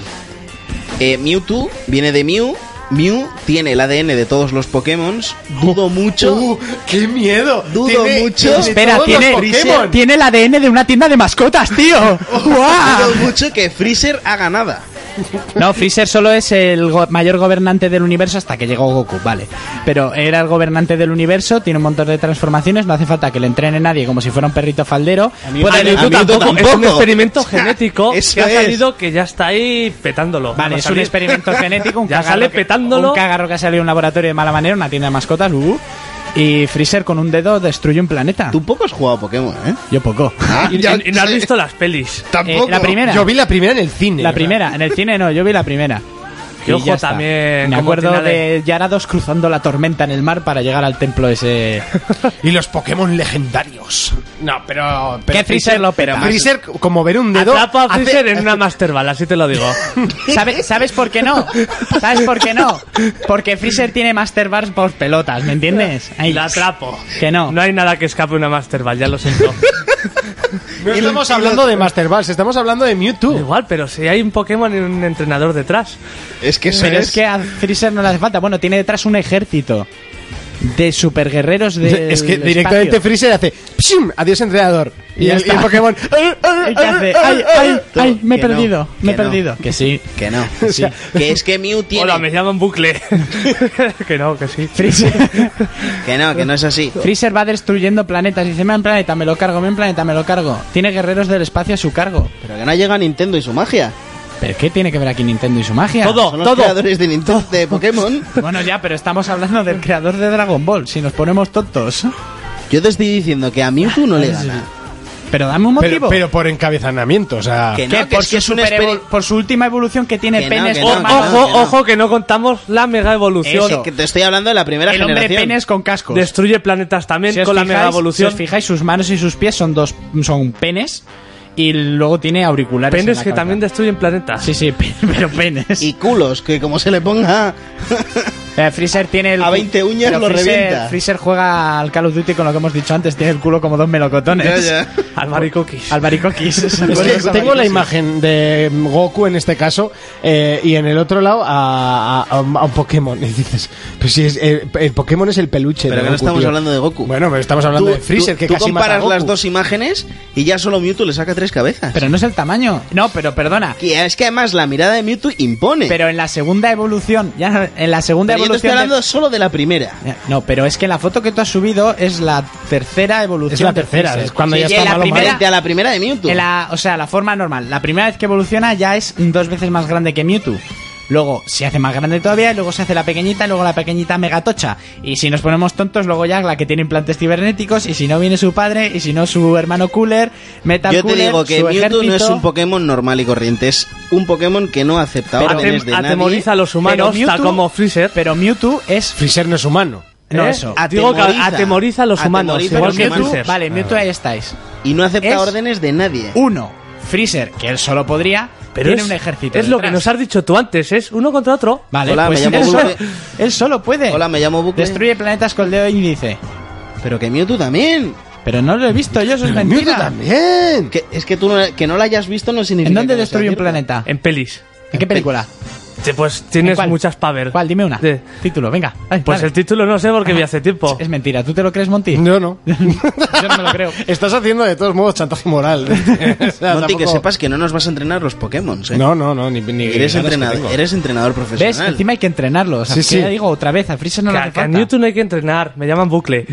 [SPEAKER 5] Eh, Mewtwo viene de Mew. Mew tiene el ADN de todos los Pokémon. Dudo mucho.
[SPEAKER 2] Uh, ¡Qué miedo!
[SPEAKER 5] Dudo
[SPEAKER 2] Tiene-
[SPEAKER 5] mucho.
[SPEAKER 2] tiene
[SPEAKER 4] Espera,
[SPEAKER 2] todos los
[SPEAKER 4] tiene,
[SPEAKER 2] Pokémon.
[SPEAKER 4] tiene el ADN de una tienda de mascotas, tío. ¡Guau!
[SPEAKER 5] Dudo mucho que Freezer haga nada.
[SPEAKER 4] No, Freezer solo es el go- mayor gobernante del universo hasta que llegó Goku, vale. Pero era el gobernante del universo, tiene un montón de transformaciones, no hace falta que le entrene nadie como si fuera un perrito faldero. Puede-
[SPEAKER 6] A Mewtwo
[SPEAKER 5] a Mewtwo
[SPEAKER 6] tampoco. Es un
[SPEAKER 5] tampoco.
[SPEAKER 6] experimento genético
[SPEAKER 5] Eso
[SPEAKER 6] que ha
[SPEAKER 5] es.
[SPEAKER 6] salido que ya está ahí petándolo.
[SPEAKER 4] Vale,
[SPEAKER 6] Va a
[SPEAKER 4] es un
[SPEAKER 6] salir.
[SPEAKER 4] experimento genético, un
[SPEAKER 6] Ya
[SPEAKER 4] cagarro,
[SPEAKER 6] sale
[SPEAKER 4] que-
[SPEAKER 6] petándolo.
[SPEAKER 4] un cagarro que ha salido de un laboratorio de mala manera, una tienda de mascotas, uh, y Freezer con un dedo destruye un planeta.
[SPEAKER 5] Tú poco has jugado a Pokémon, ¿eh?
[SPEAKER 4] Yo poco.
[SPEAKER 6] Y, y- y no has visto las pelis.
[SPEAKER 4] Eh, la primera.
[SPEAKER 2] Yo vi la primera en el cine.
[SPEAKER 4] La
[SPEAKER 2] ¿verdad?
[SPEAKER 4] primera, en el cine no, yo vi la primera.
[SPEAKER 6] Que
[SPEAKER 4] Y
[SPEAKER 6] ojo
[SPEAKER 4] ya está.
[SPEAKER 6] también,
[SPEAKER 4] Me
[SPEAKER 6] cómo
[SPEAKER 4] acuerdo
[SPEAKER 6] tiene de-
[SPEAKER 4] de Yarados cruzando la tormenta en el mar para llegar al templo ese.
[SPEAKER 2] Y los Pokémon legendarios. No, pero. pero
[SPEAKER 4] Que Freezer lo peta.
[SPEAKER 2] Freezer, como ver un dedo.
[SPEAKER 6] Atrapa a
[SPEAKER 2] hace-
[SPEAKER 6] Freezer en una Master Ball, así te lo digo.
[SPEAKER 4] ¿Sabe- ¿Sabes por qué no? ¿Sabes por qué no? Porque Freezer tiene Master Bars por pelotas, ¿me entiendes? Ahí.
[SPEAKER 6] La atrapo.
[SPEAKER 4] Que no.
[SPEAKER 6] No hay nada que escape una Master Ball, ya lo siento.
[SPEAKER 2] No estamos hablando de Master Balls, estamos hablando de Mewtwo.
[SPEAKER 6] Igual, pero si hay un Pokémon y un entrenador detrás.
[SPEAKER 5] Es que eso
[SPEAKER 4] Pero
[SPEAKER 5] es.
[SPEAKER 4] es que a Freezer no le hace falta. Bueno, tiene detrás un ejército de superguerreros de.
[SPEAKER 2] Es que directamente Freezer hace ¡pshum! Adiós entrenador
[SPEAKER 4] Y
[SPEAKER 2] Y,
[SPEAKER 4] ya
[SPEAKER 2] el, y el
[SPEAKER 4] está.
[SPEAKER 2] Pokémon
[SPEAKER 4] hace? ¡Ay, ay,
[SPEAKER 5] Tú,
[SPEAKER 4] ay! Me he
[SPEAKER 5] que no,
[SPEAKER 4] perdido, me he
[SPEAKER 5] que no.
[SPEAKER 4] perdido. Que sí.
[SPEAKER 5] Que no. que sí. que es que Mew tiene.
[SPEAKER 6] Hola, me llaman Bucle. que no, que sí.
[SPEAKER 4] Freezer.
[SPEAKER 5] Que no, que no es así.
[SPEAKER 4] Freezer va destruyendo planetas. Dice, me en planeta, me lo cargo, me en planeta, me lo cargo. Tiene guerreros del espacio a su cargo.
[SPEAKER 5] Pero que no llega Nintendo y su magia.
[SPEAKER 4] ¿Pero qué tiene que ver aquí Nintendo y su magia?
[SPEAKER 6] Todo,
[SPEAKER 5] Son los creadores de Nintendo de Pokémon.
[SPEAKER 4] Bueno, ya, pero estamos hablando del creador de Dragon Ball. Si nos ponemos tontos.
[SPEAKER 5] Yo te estoy diciendo que a Mewtwo no le gana.
[SPEAKER 4] Pero dame un motivo.
[SPEAKER 2] pero, pero por encabezamiento, o sea
[SPEAKER 5] Que
[SPEAKER 4] Que
[SPEAKER 5] no, que
[SPEAKER 4] por,
[SPEAKER 5] es que
[SPEAKER 4] su
[SPEAKER 5] es un
[SPEAKER 4] super
[SPEAKER 5] experimento.
[SPEAKER 4] evol- por su última evolución que tiene
[SPEAKER 5] Que no,
[SPEAKER 4] penes
[SPEAKER 5] que
[SPEAKER 4] con
[SPEAKER 5] no, que
[SPEAKER 4] manos.
[SPEAKER 5] no.
[SPEAKER 6] Ojo, ojo, que no contamos la mega evolución.
[SPEAKER 4] Eso.
[SPEAKER 5] Que te estoy hablando de la primera
[SPEAKER 4] El hombre
[SPEAKER 5] generación.
[SPEAKER 4] penes con cascos.
[SPEAKER 6] Destruye planetas también
[SPEAKER 4] Si os
[SPEAKER 6] con la
[SPEAKER 4] fijáis-
[SPEAKER 6] mega
[SPEAKER 4] si
[SPEAKER 6] evolución.
[SPEAKER 4] os fijáis, sus manos y sus pies son dos son penes y luego tiene auriculares. en
[SPEAKER 6] Penes
[SPEAKER 4] la
[SPEAKER 6] que
[SPEAKER 4] cabeza.
[SPEAKER 6] también destruyen planetas.
[SPEAKER 4] Sí, sí, pe- pero penes.
[SPEAKER 5] Y culos, que como se le ponga.
[SPEAKER 4] Eh, Freezer tiene el.
[SPEAKER 5] A 20 uñas
[SPEAKER 4] pero
[SPEAKER 5] lo
[SPEAKER 4] Freezer-
[SPEAKER 5] revienta.
[SPEAKER 4] Freezer juega al Call of Duty con lo que hemos dicho antes. Tiene el culo como dos melocotones.
[SPEAKER 5] Ya, ya.
[SPEAKER 6] Albaricoquis.
[SPEAKER 4] Albaricoquis.
[SPEAKER 2] Es que tengo la imagen de Goku en este caso eh, y en el otro lado a, a- a un a un Pokémon. Y dices, pues si es, eh, el Pokémon es el peluche. de
[SPEAKER 5] Pero que no
[SPEAKER 2] Goku,
[SPEAKER 5] estamos
[SPEAKER 2] tío.
[SPEAKER 5] hablando de Goku.
[SPEAKER 2] Bueno, pero estamos hablando
[SPEAKER 5] Tú-
[SPEAKER 2] de Freezer,
[SPEAKER 5] tú-
[SPEAKER 2] que
[SPEAKER 5] tú
[SPEAKER 2] casi mata a
[SPEAKER 5] comparas
[SPEAKER 2] Goku.
[SPEAKER 5] las dos imágenes y ya solo Mewtwo le saca tres cabezas.
[SPEAKER 4] Pero no es el tamaño. No, pero perdona.
[SPEAKER 5] Que es que además la mirada de Mewtwo impone.
[SPEAKER 4] Pero en la segunda evolución, ya en la segunda
[SPEAKER 5] Pero yo te estoy
[SPEAKER 4] evolución. de-
[SPEAKER 5] hablando solo de la primera.
[SPEAKER 4] No, pero es que la foto que tú has subido es la tercera evolución.
[SPEAKER 2] Es la
[SPEAKER 4] de
[SPEAKER 2] tercera,
[SPEAKER 4] Freezer.
[SPEAKER 2] es cuando
[SPEAKER 4] Sí,
[SPEAKER 2] ya
[SPEAKER 4] y
[SPEAKER 2] está
[SPEAKER 4] en la
[SPEAKER 2] malo,
[SPEAKER 4] primera,
[SPEAKER 5] Frente a la primera de Mewtwo.
[SPEAKER 4] en la- o sea, la forma normal. La primera vez que evoluciona ya es dos veces más grande que Mewtwo. Luego se hace más grande todavía, y luego se hace la pequeñita, y luego la pequeñita megatocha. Y si nos ponemos tontos, luego ya la que tiene implantes cibernéticos, y si no viene su padre, y si no su hermano Cooler, Metal
[SPEAKER 5] Yo te
[SPEAKER 4] Cooler,
[SPEAKER 5] digo que
[SPEAKER 4] su
[SPEAKER 5] Mewtwo no es
[SPEAKER 4] ejército.
[SPEAKER 5] un Pokémon normal y corriente, es un Pokémon que no acepta
[SPEAKER 6] Pero
[SPEAKER 5] órdenes de
[SPEAKER 6] atem-
[SPEAKER 5] nadie.
[SPEAKER 6] atemoriza a los humanos,
[SPEAKER 4] Pero
[SPEAKER 6] tal
[SPEAKER 4] Mewtwo-
[SPEAKER 6] como Freezer.
[SPEAKER 4] Pero Mewtwo es
[SPEAKER 2] Freezer no es humano.
[SPEAKER 4] No,
[SPEAKER 6] ¿Eh?
[SPEAKER 4] eso.
[SPEAKER 6] Digo que atemoriza a los humanos,
[SPEAKER 5] atemoriza
[SPEAKER 6] igual
[SPEAKER 5] a los
[SPEAKER 6] que
[SPEAKER 5] humanos. Ah.
[SPEAKER 6] Freezer. Ah.
[SPEAKER 4] Vale, Mewtwo ahí estáis.
[SPEAKER 5] Y no acepta
[SPEAKER 4] Es-
[SPEAKER 5] órdenes de nadie.
[SPEAKER 4] Uno, Freezer, que él solo podría,
[SPEAKER 6] Pero
[SPEAKER 4] tiene
[SPEAKER 6] es,
[SPEAKER 4] un ejército.
[SPEAKER 6] Es lo que
[SPEAKER 4] detrás.
[SPEAKER 6] nos has dicho tú antes, es uno contra otro.
[SPEAKER 4] Vale,
[SPEAKER 5] Hola,
[SPEAKER 4] pues
[SPEAKER 5] me llamo
[SPEAKER 4] él, solo,
[SPEAKER 5] Bucle.
[SPEAKER 4] él solo puede.
[SPEAKER 5] Hola, me llamo Bucle.
[SPEAKER 4] Destruye planetas con el dedo índice.
[SPEAKER 5] Pero que Mewtwo también.
[SPEAKER 4] Pero no lo he visto yo, eso es mentira.
[SPEAKER 2] Bien.
[SPEAKER 5] Que- es que tú no, que no lo hayas visto no significa
[SPEAKER 4] ¿En dónde
[SPEAKER 5] que no sea
[SPEAKER 4] destruye un
[SPEAKER 5] cierto.
[SPEAKER 4] planeta?
[SPEAKER 6] En pelis.
[SPEAKER 4] ¿En qué película?
[SPEAKER 6] Te- Pues tienes
[SPEAKER 4] cuál?
[SPEAKER 6] muchas para ver.
[SPEAKER 4] ¿Cuál? Dime una.
[SPEAKER 6] De-
[SPEAKER 4] Título, venga. Ay,
[SPEAKER 6] Pues
[SPEAKER 4] dale.
[SPEAKER 6] el título no sé porque vi hace tiempo.
[SPEAKER 4] Es mentira. ¿Tú te lo crees, Monty?
[SPEAKER 2] Yo no.
[SPEAKER 4] Yo no me lo creo.
[SPEAKER 2] Estás haciendo de todos modos chantaje moral. O sea,
[SPEAKER 5] Monty, que
[SPEAKER 2] tampoco-
[SPEAKER 5] sepas que no nos vas a entrenar los Pokémon. ¿eh?
[SPEAKER 2] No, no, no, ni, ni ganas
[SPEAKER 5] eres,
[SPEAKER 2] que
[SPEAKER 5] entrenador,
[SPEAKER 2] tengo.
[SPEAKER 5] eres entrenador profesional.
[SPEAKER 4] ¿Ves? Encima hay que entrenarlo. O sea,
[SPEAKER 2] Sí,
[SPEAKER 4] que
[SPEAKER 2] sí.
[SPEAKER 4] ya digo otra vez, a Freezer no
[SPEAKER 6] Que
[SPEAKER 4] le
[SPEAKER 6] a-
[SPEAKER 4] hace
[SPEAKER 6] que a
[SPEAKER 4] falta.
[SPEAKER 6] Newton hay que entrenar, me llaman bucle.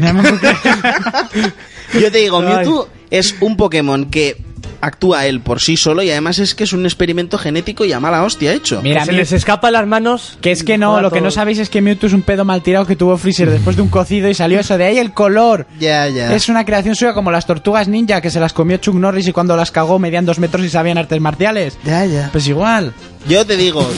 [SPEAKER 5] Yo te digo, Mewtwo es un Pokémon que actúa él por sí solo y además es que es un experimento genético y a mala hostia hecho.
[SPEAKER 4] Mira,
[SPEAKER 6] se
[SPEAKER 4] Mew-
[SPEAKER 6] les escapa las manos.
[SPEAKER 4] Que es que no,
[SPEAKER 6] Joder,
[SPEAKER 4] lo que no
[SPEAKER 6] todo.
[SPEAKER 4] sabéis es que Mewtwo es un pedo mal tirado que tuvo Freezer después de un cocido y salió eso. De ahí el color.
[SPEAKER 5] Ya, ya.
[SPEAKER 4] Es una creación suya como las tortugas ninja que se las comió Chuck Norris y cuando las cagó medían dos metros y sabían artes marciales.
[SPEAKER 5] Ya, ya.
[SPEAKER 4] Pues igual.
[SPEAKER 5] Yo te digo.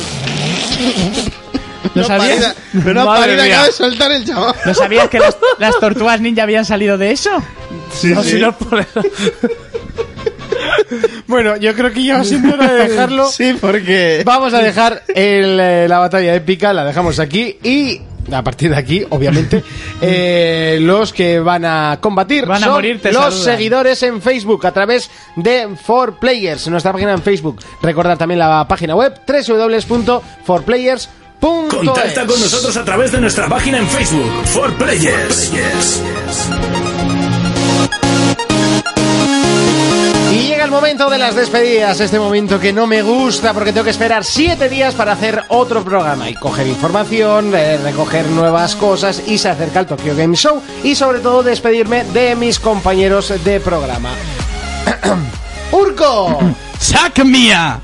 [SPEAKER 4] ¿Lo sabías?
[SPEAKER 5] Pero
[SPEAKER 6] Madre mía.
[SPEAKER 5] acaba de soltar el chaval.
[SPEAKER 4] ¿No sabías que las, las tortugas ninja habían salido de eso?
[SPEAKER 6] No, si no es por eso.
[SPEAKER 2] Bueno, yo creo que ya siendo hora de dejarlo.
[SPEAKER 5] Sí, porque.
[SPEAKER 2] Vamos a dejar el, eh, la batalla épica, la dejamos aquí y a partir de aquí, obviamente, eh, los que van a combatir
[SPEAKER 4] Van a
[SPEAKER 2] son
[SPEAKER 4] morir, te
[SPEAKER 2] los
[SPEAKER 4] saludan.
[SPEAKER 2] seguidores en Facebook a través de 4Players, nuestra página en Facebook. Recordar también la página web
[SPEAKER 1] Contacta con
[SPEAKER 2] www.forplayers.es.
[SPEAKER 1] nosotros a través de nuestra página en Facebook, For Players.
[SPEAKER 2] Y llega el momento de las despedidas, este momento que no me gusta porque tengo que esperar siete días para hacer otro programa y coger información, eh, recoger nuevas cosas y se acerca el Tokyo Game Show y sobre todo despedirme de mis compañeros de programa. ¡Urco!
[SPEAKER 4] ¡Sac mía!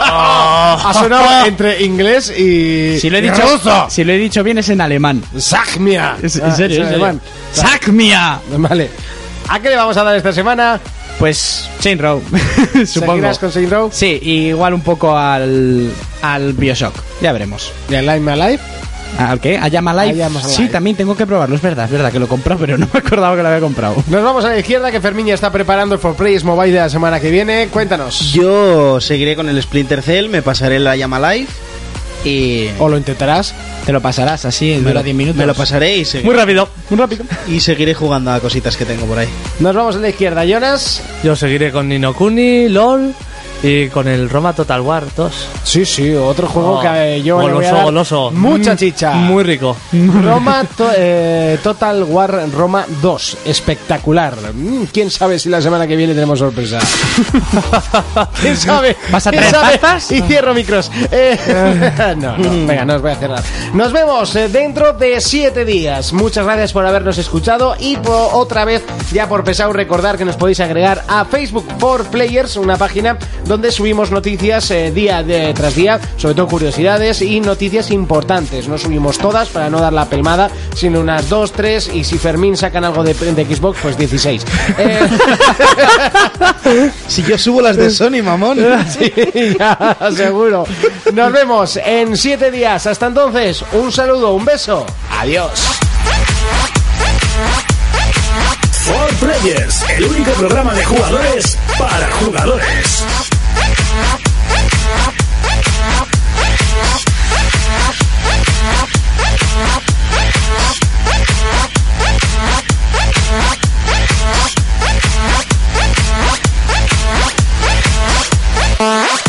[SPEAKER 2] Ha sonado entre inglés y...
[SPEAKER 4] Si lo he dicho,
[SPEAKER 2] ¡Ruso!
[SPEAKER 4] si lo he dicho bien es en alemán.
[SPEAKER 2] ¡Sagmia!
[SPEAKER 4] Es-
[SPEAKER 2] Ah,
[SPEAKER 4] en serio,
[SPEAKER 2] es
[SPEAKER 4] en serio.
[SPEAKER 2] alemán.
[SPEAKER 4] ¡Sac mía!
[SPEAKER 2] Vale. ¿A qué le vamos a dar esta semana?
[SPEAKER 4] Pues Chain Row, supongo.
[SPEAKER 2] ¿Seguirás con Saints Row?
[SPEAKER 4] Sí, y igual un poco al, al Bioshock. Ya veremos.
[SPEAKER 2] ¿De Alive My Life?
[SPEAKER 4] ¿Al qué? ¿A Llama
[SPEAKER 2] A
[SPEAKER 4] Live?
[SPEAKER 2] Llama
[SPEAKER 4] Sí,
[SPEAKER 2] Live.
[SPEAKER 4] también tengo que probarlo, es verdad, es verdad que lo he comprado, pero no me acordaba que lo había comprado.
[SPEAKER 2] Nos vamos a la izquierda que Fermín ya está preparando el For Players Mobile de la semana que viene. Cuéntanos.
[SPEAKER 5] Yo seguiré con el Splinter Cell, me pasaré la llama live y.
[SPEAKER 2] O lo intentarás.
[SPEAKER 4] Te lo pasarás así,
[SPEAKER 5] me
[SPEAKER 4] dura
[SPEAKER 5] lo-
[SPEAKER 4] 10 minutos.
[SPEAKER 5] Me lo pasaré y,
[SPEAKER 6] Muy
[SPEAKER 5] seguiré,
[SPEAKER 6] rápido.
[SPEAKER 4] Muy rápido.
[SPEAKER 5] y seguiré jugando a cositas que tengo por ahí.
[SPEAKER 2] Nos vamos a la izquierda, Jonas.
[SPEAKER 6] Yo seguiré con Nino Kuni, LOL y con el Roma Total War 2.
[SPEAKER 2] Sí, sí, otro juego
[SPEAKER 6] Oh,
[SPEAKER 2] que eh, yo le voy a
[SPEAKER 6] goloso,
[SPEAKER 2] dar
[SPEAKER 6] goloso.
[SPEAKER 2] mucha
[SPEAKER 6] Mm,
[SPEAKER 2] chicha.
[SPEAKER 6] Muy rico.
[SPEAKER 2] Roma to- eh, Total War Roma 2, espectacular. Mm, Quién sabe si la semana que viene tenemos sorpresa. ¿Quién sabe?
[SPEAKER 4] ¿Vas a
[SPEAKER 2] ¿Quién
[SPEAKER 4] traer
[SPEAKER 2] sabe?
[SPEAKER 4] pastas?
[SPEAKER 2] Y cierro micros. Eh, no, no, venga, no os voy a cerrar. Nos vemos eh, dentro de siete días. Muchas gracias por habernos escuchado y por, otra vez, ya por pesado, recordar que nos podéis agregar a Facebook for Players, una página donde subimos noticias eh, día de- tras día, sobre todo curiosidades y noticias importantes. No subimos todas para no dar la pelmada, sino unas dos, tres y si Fermín sacan algo de, de Xbox, pues 16. Eh,
[SPEAKER 5] Si yo subo las de Sony, mamón.
[SPEAKER 2] Sí, ya, seguro. Nos vemos en siete días. Hasta entonces, un saludo, un beso. Adiós.
[SPEAKER 1] For Players, el único programa de jugadores para jugadores.
[SPEAKER 7] Thank you.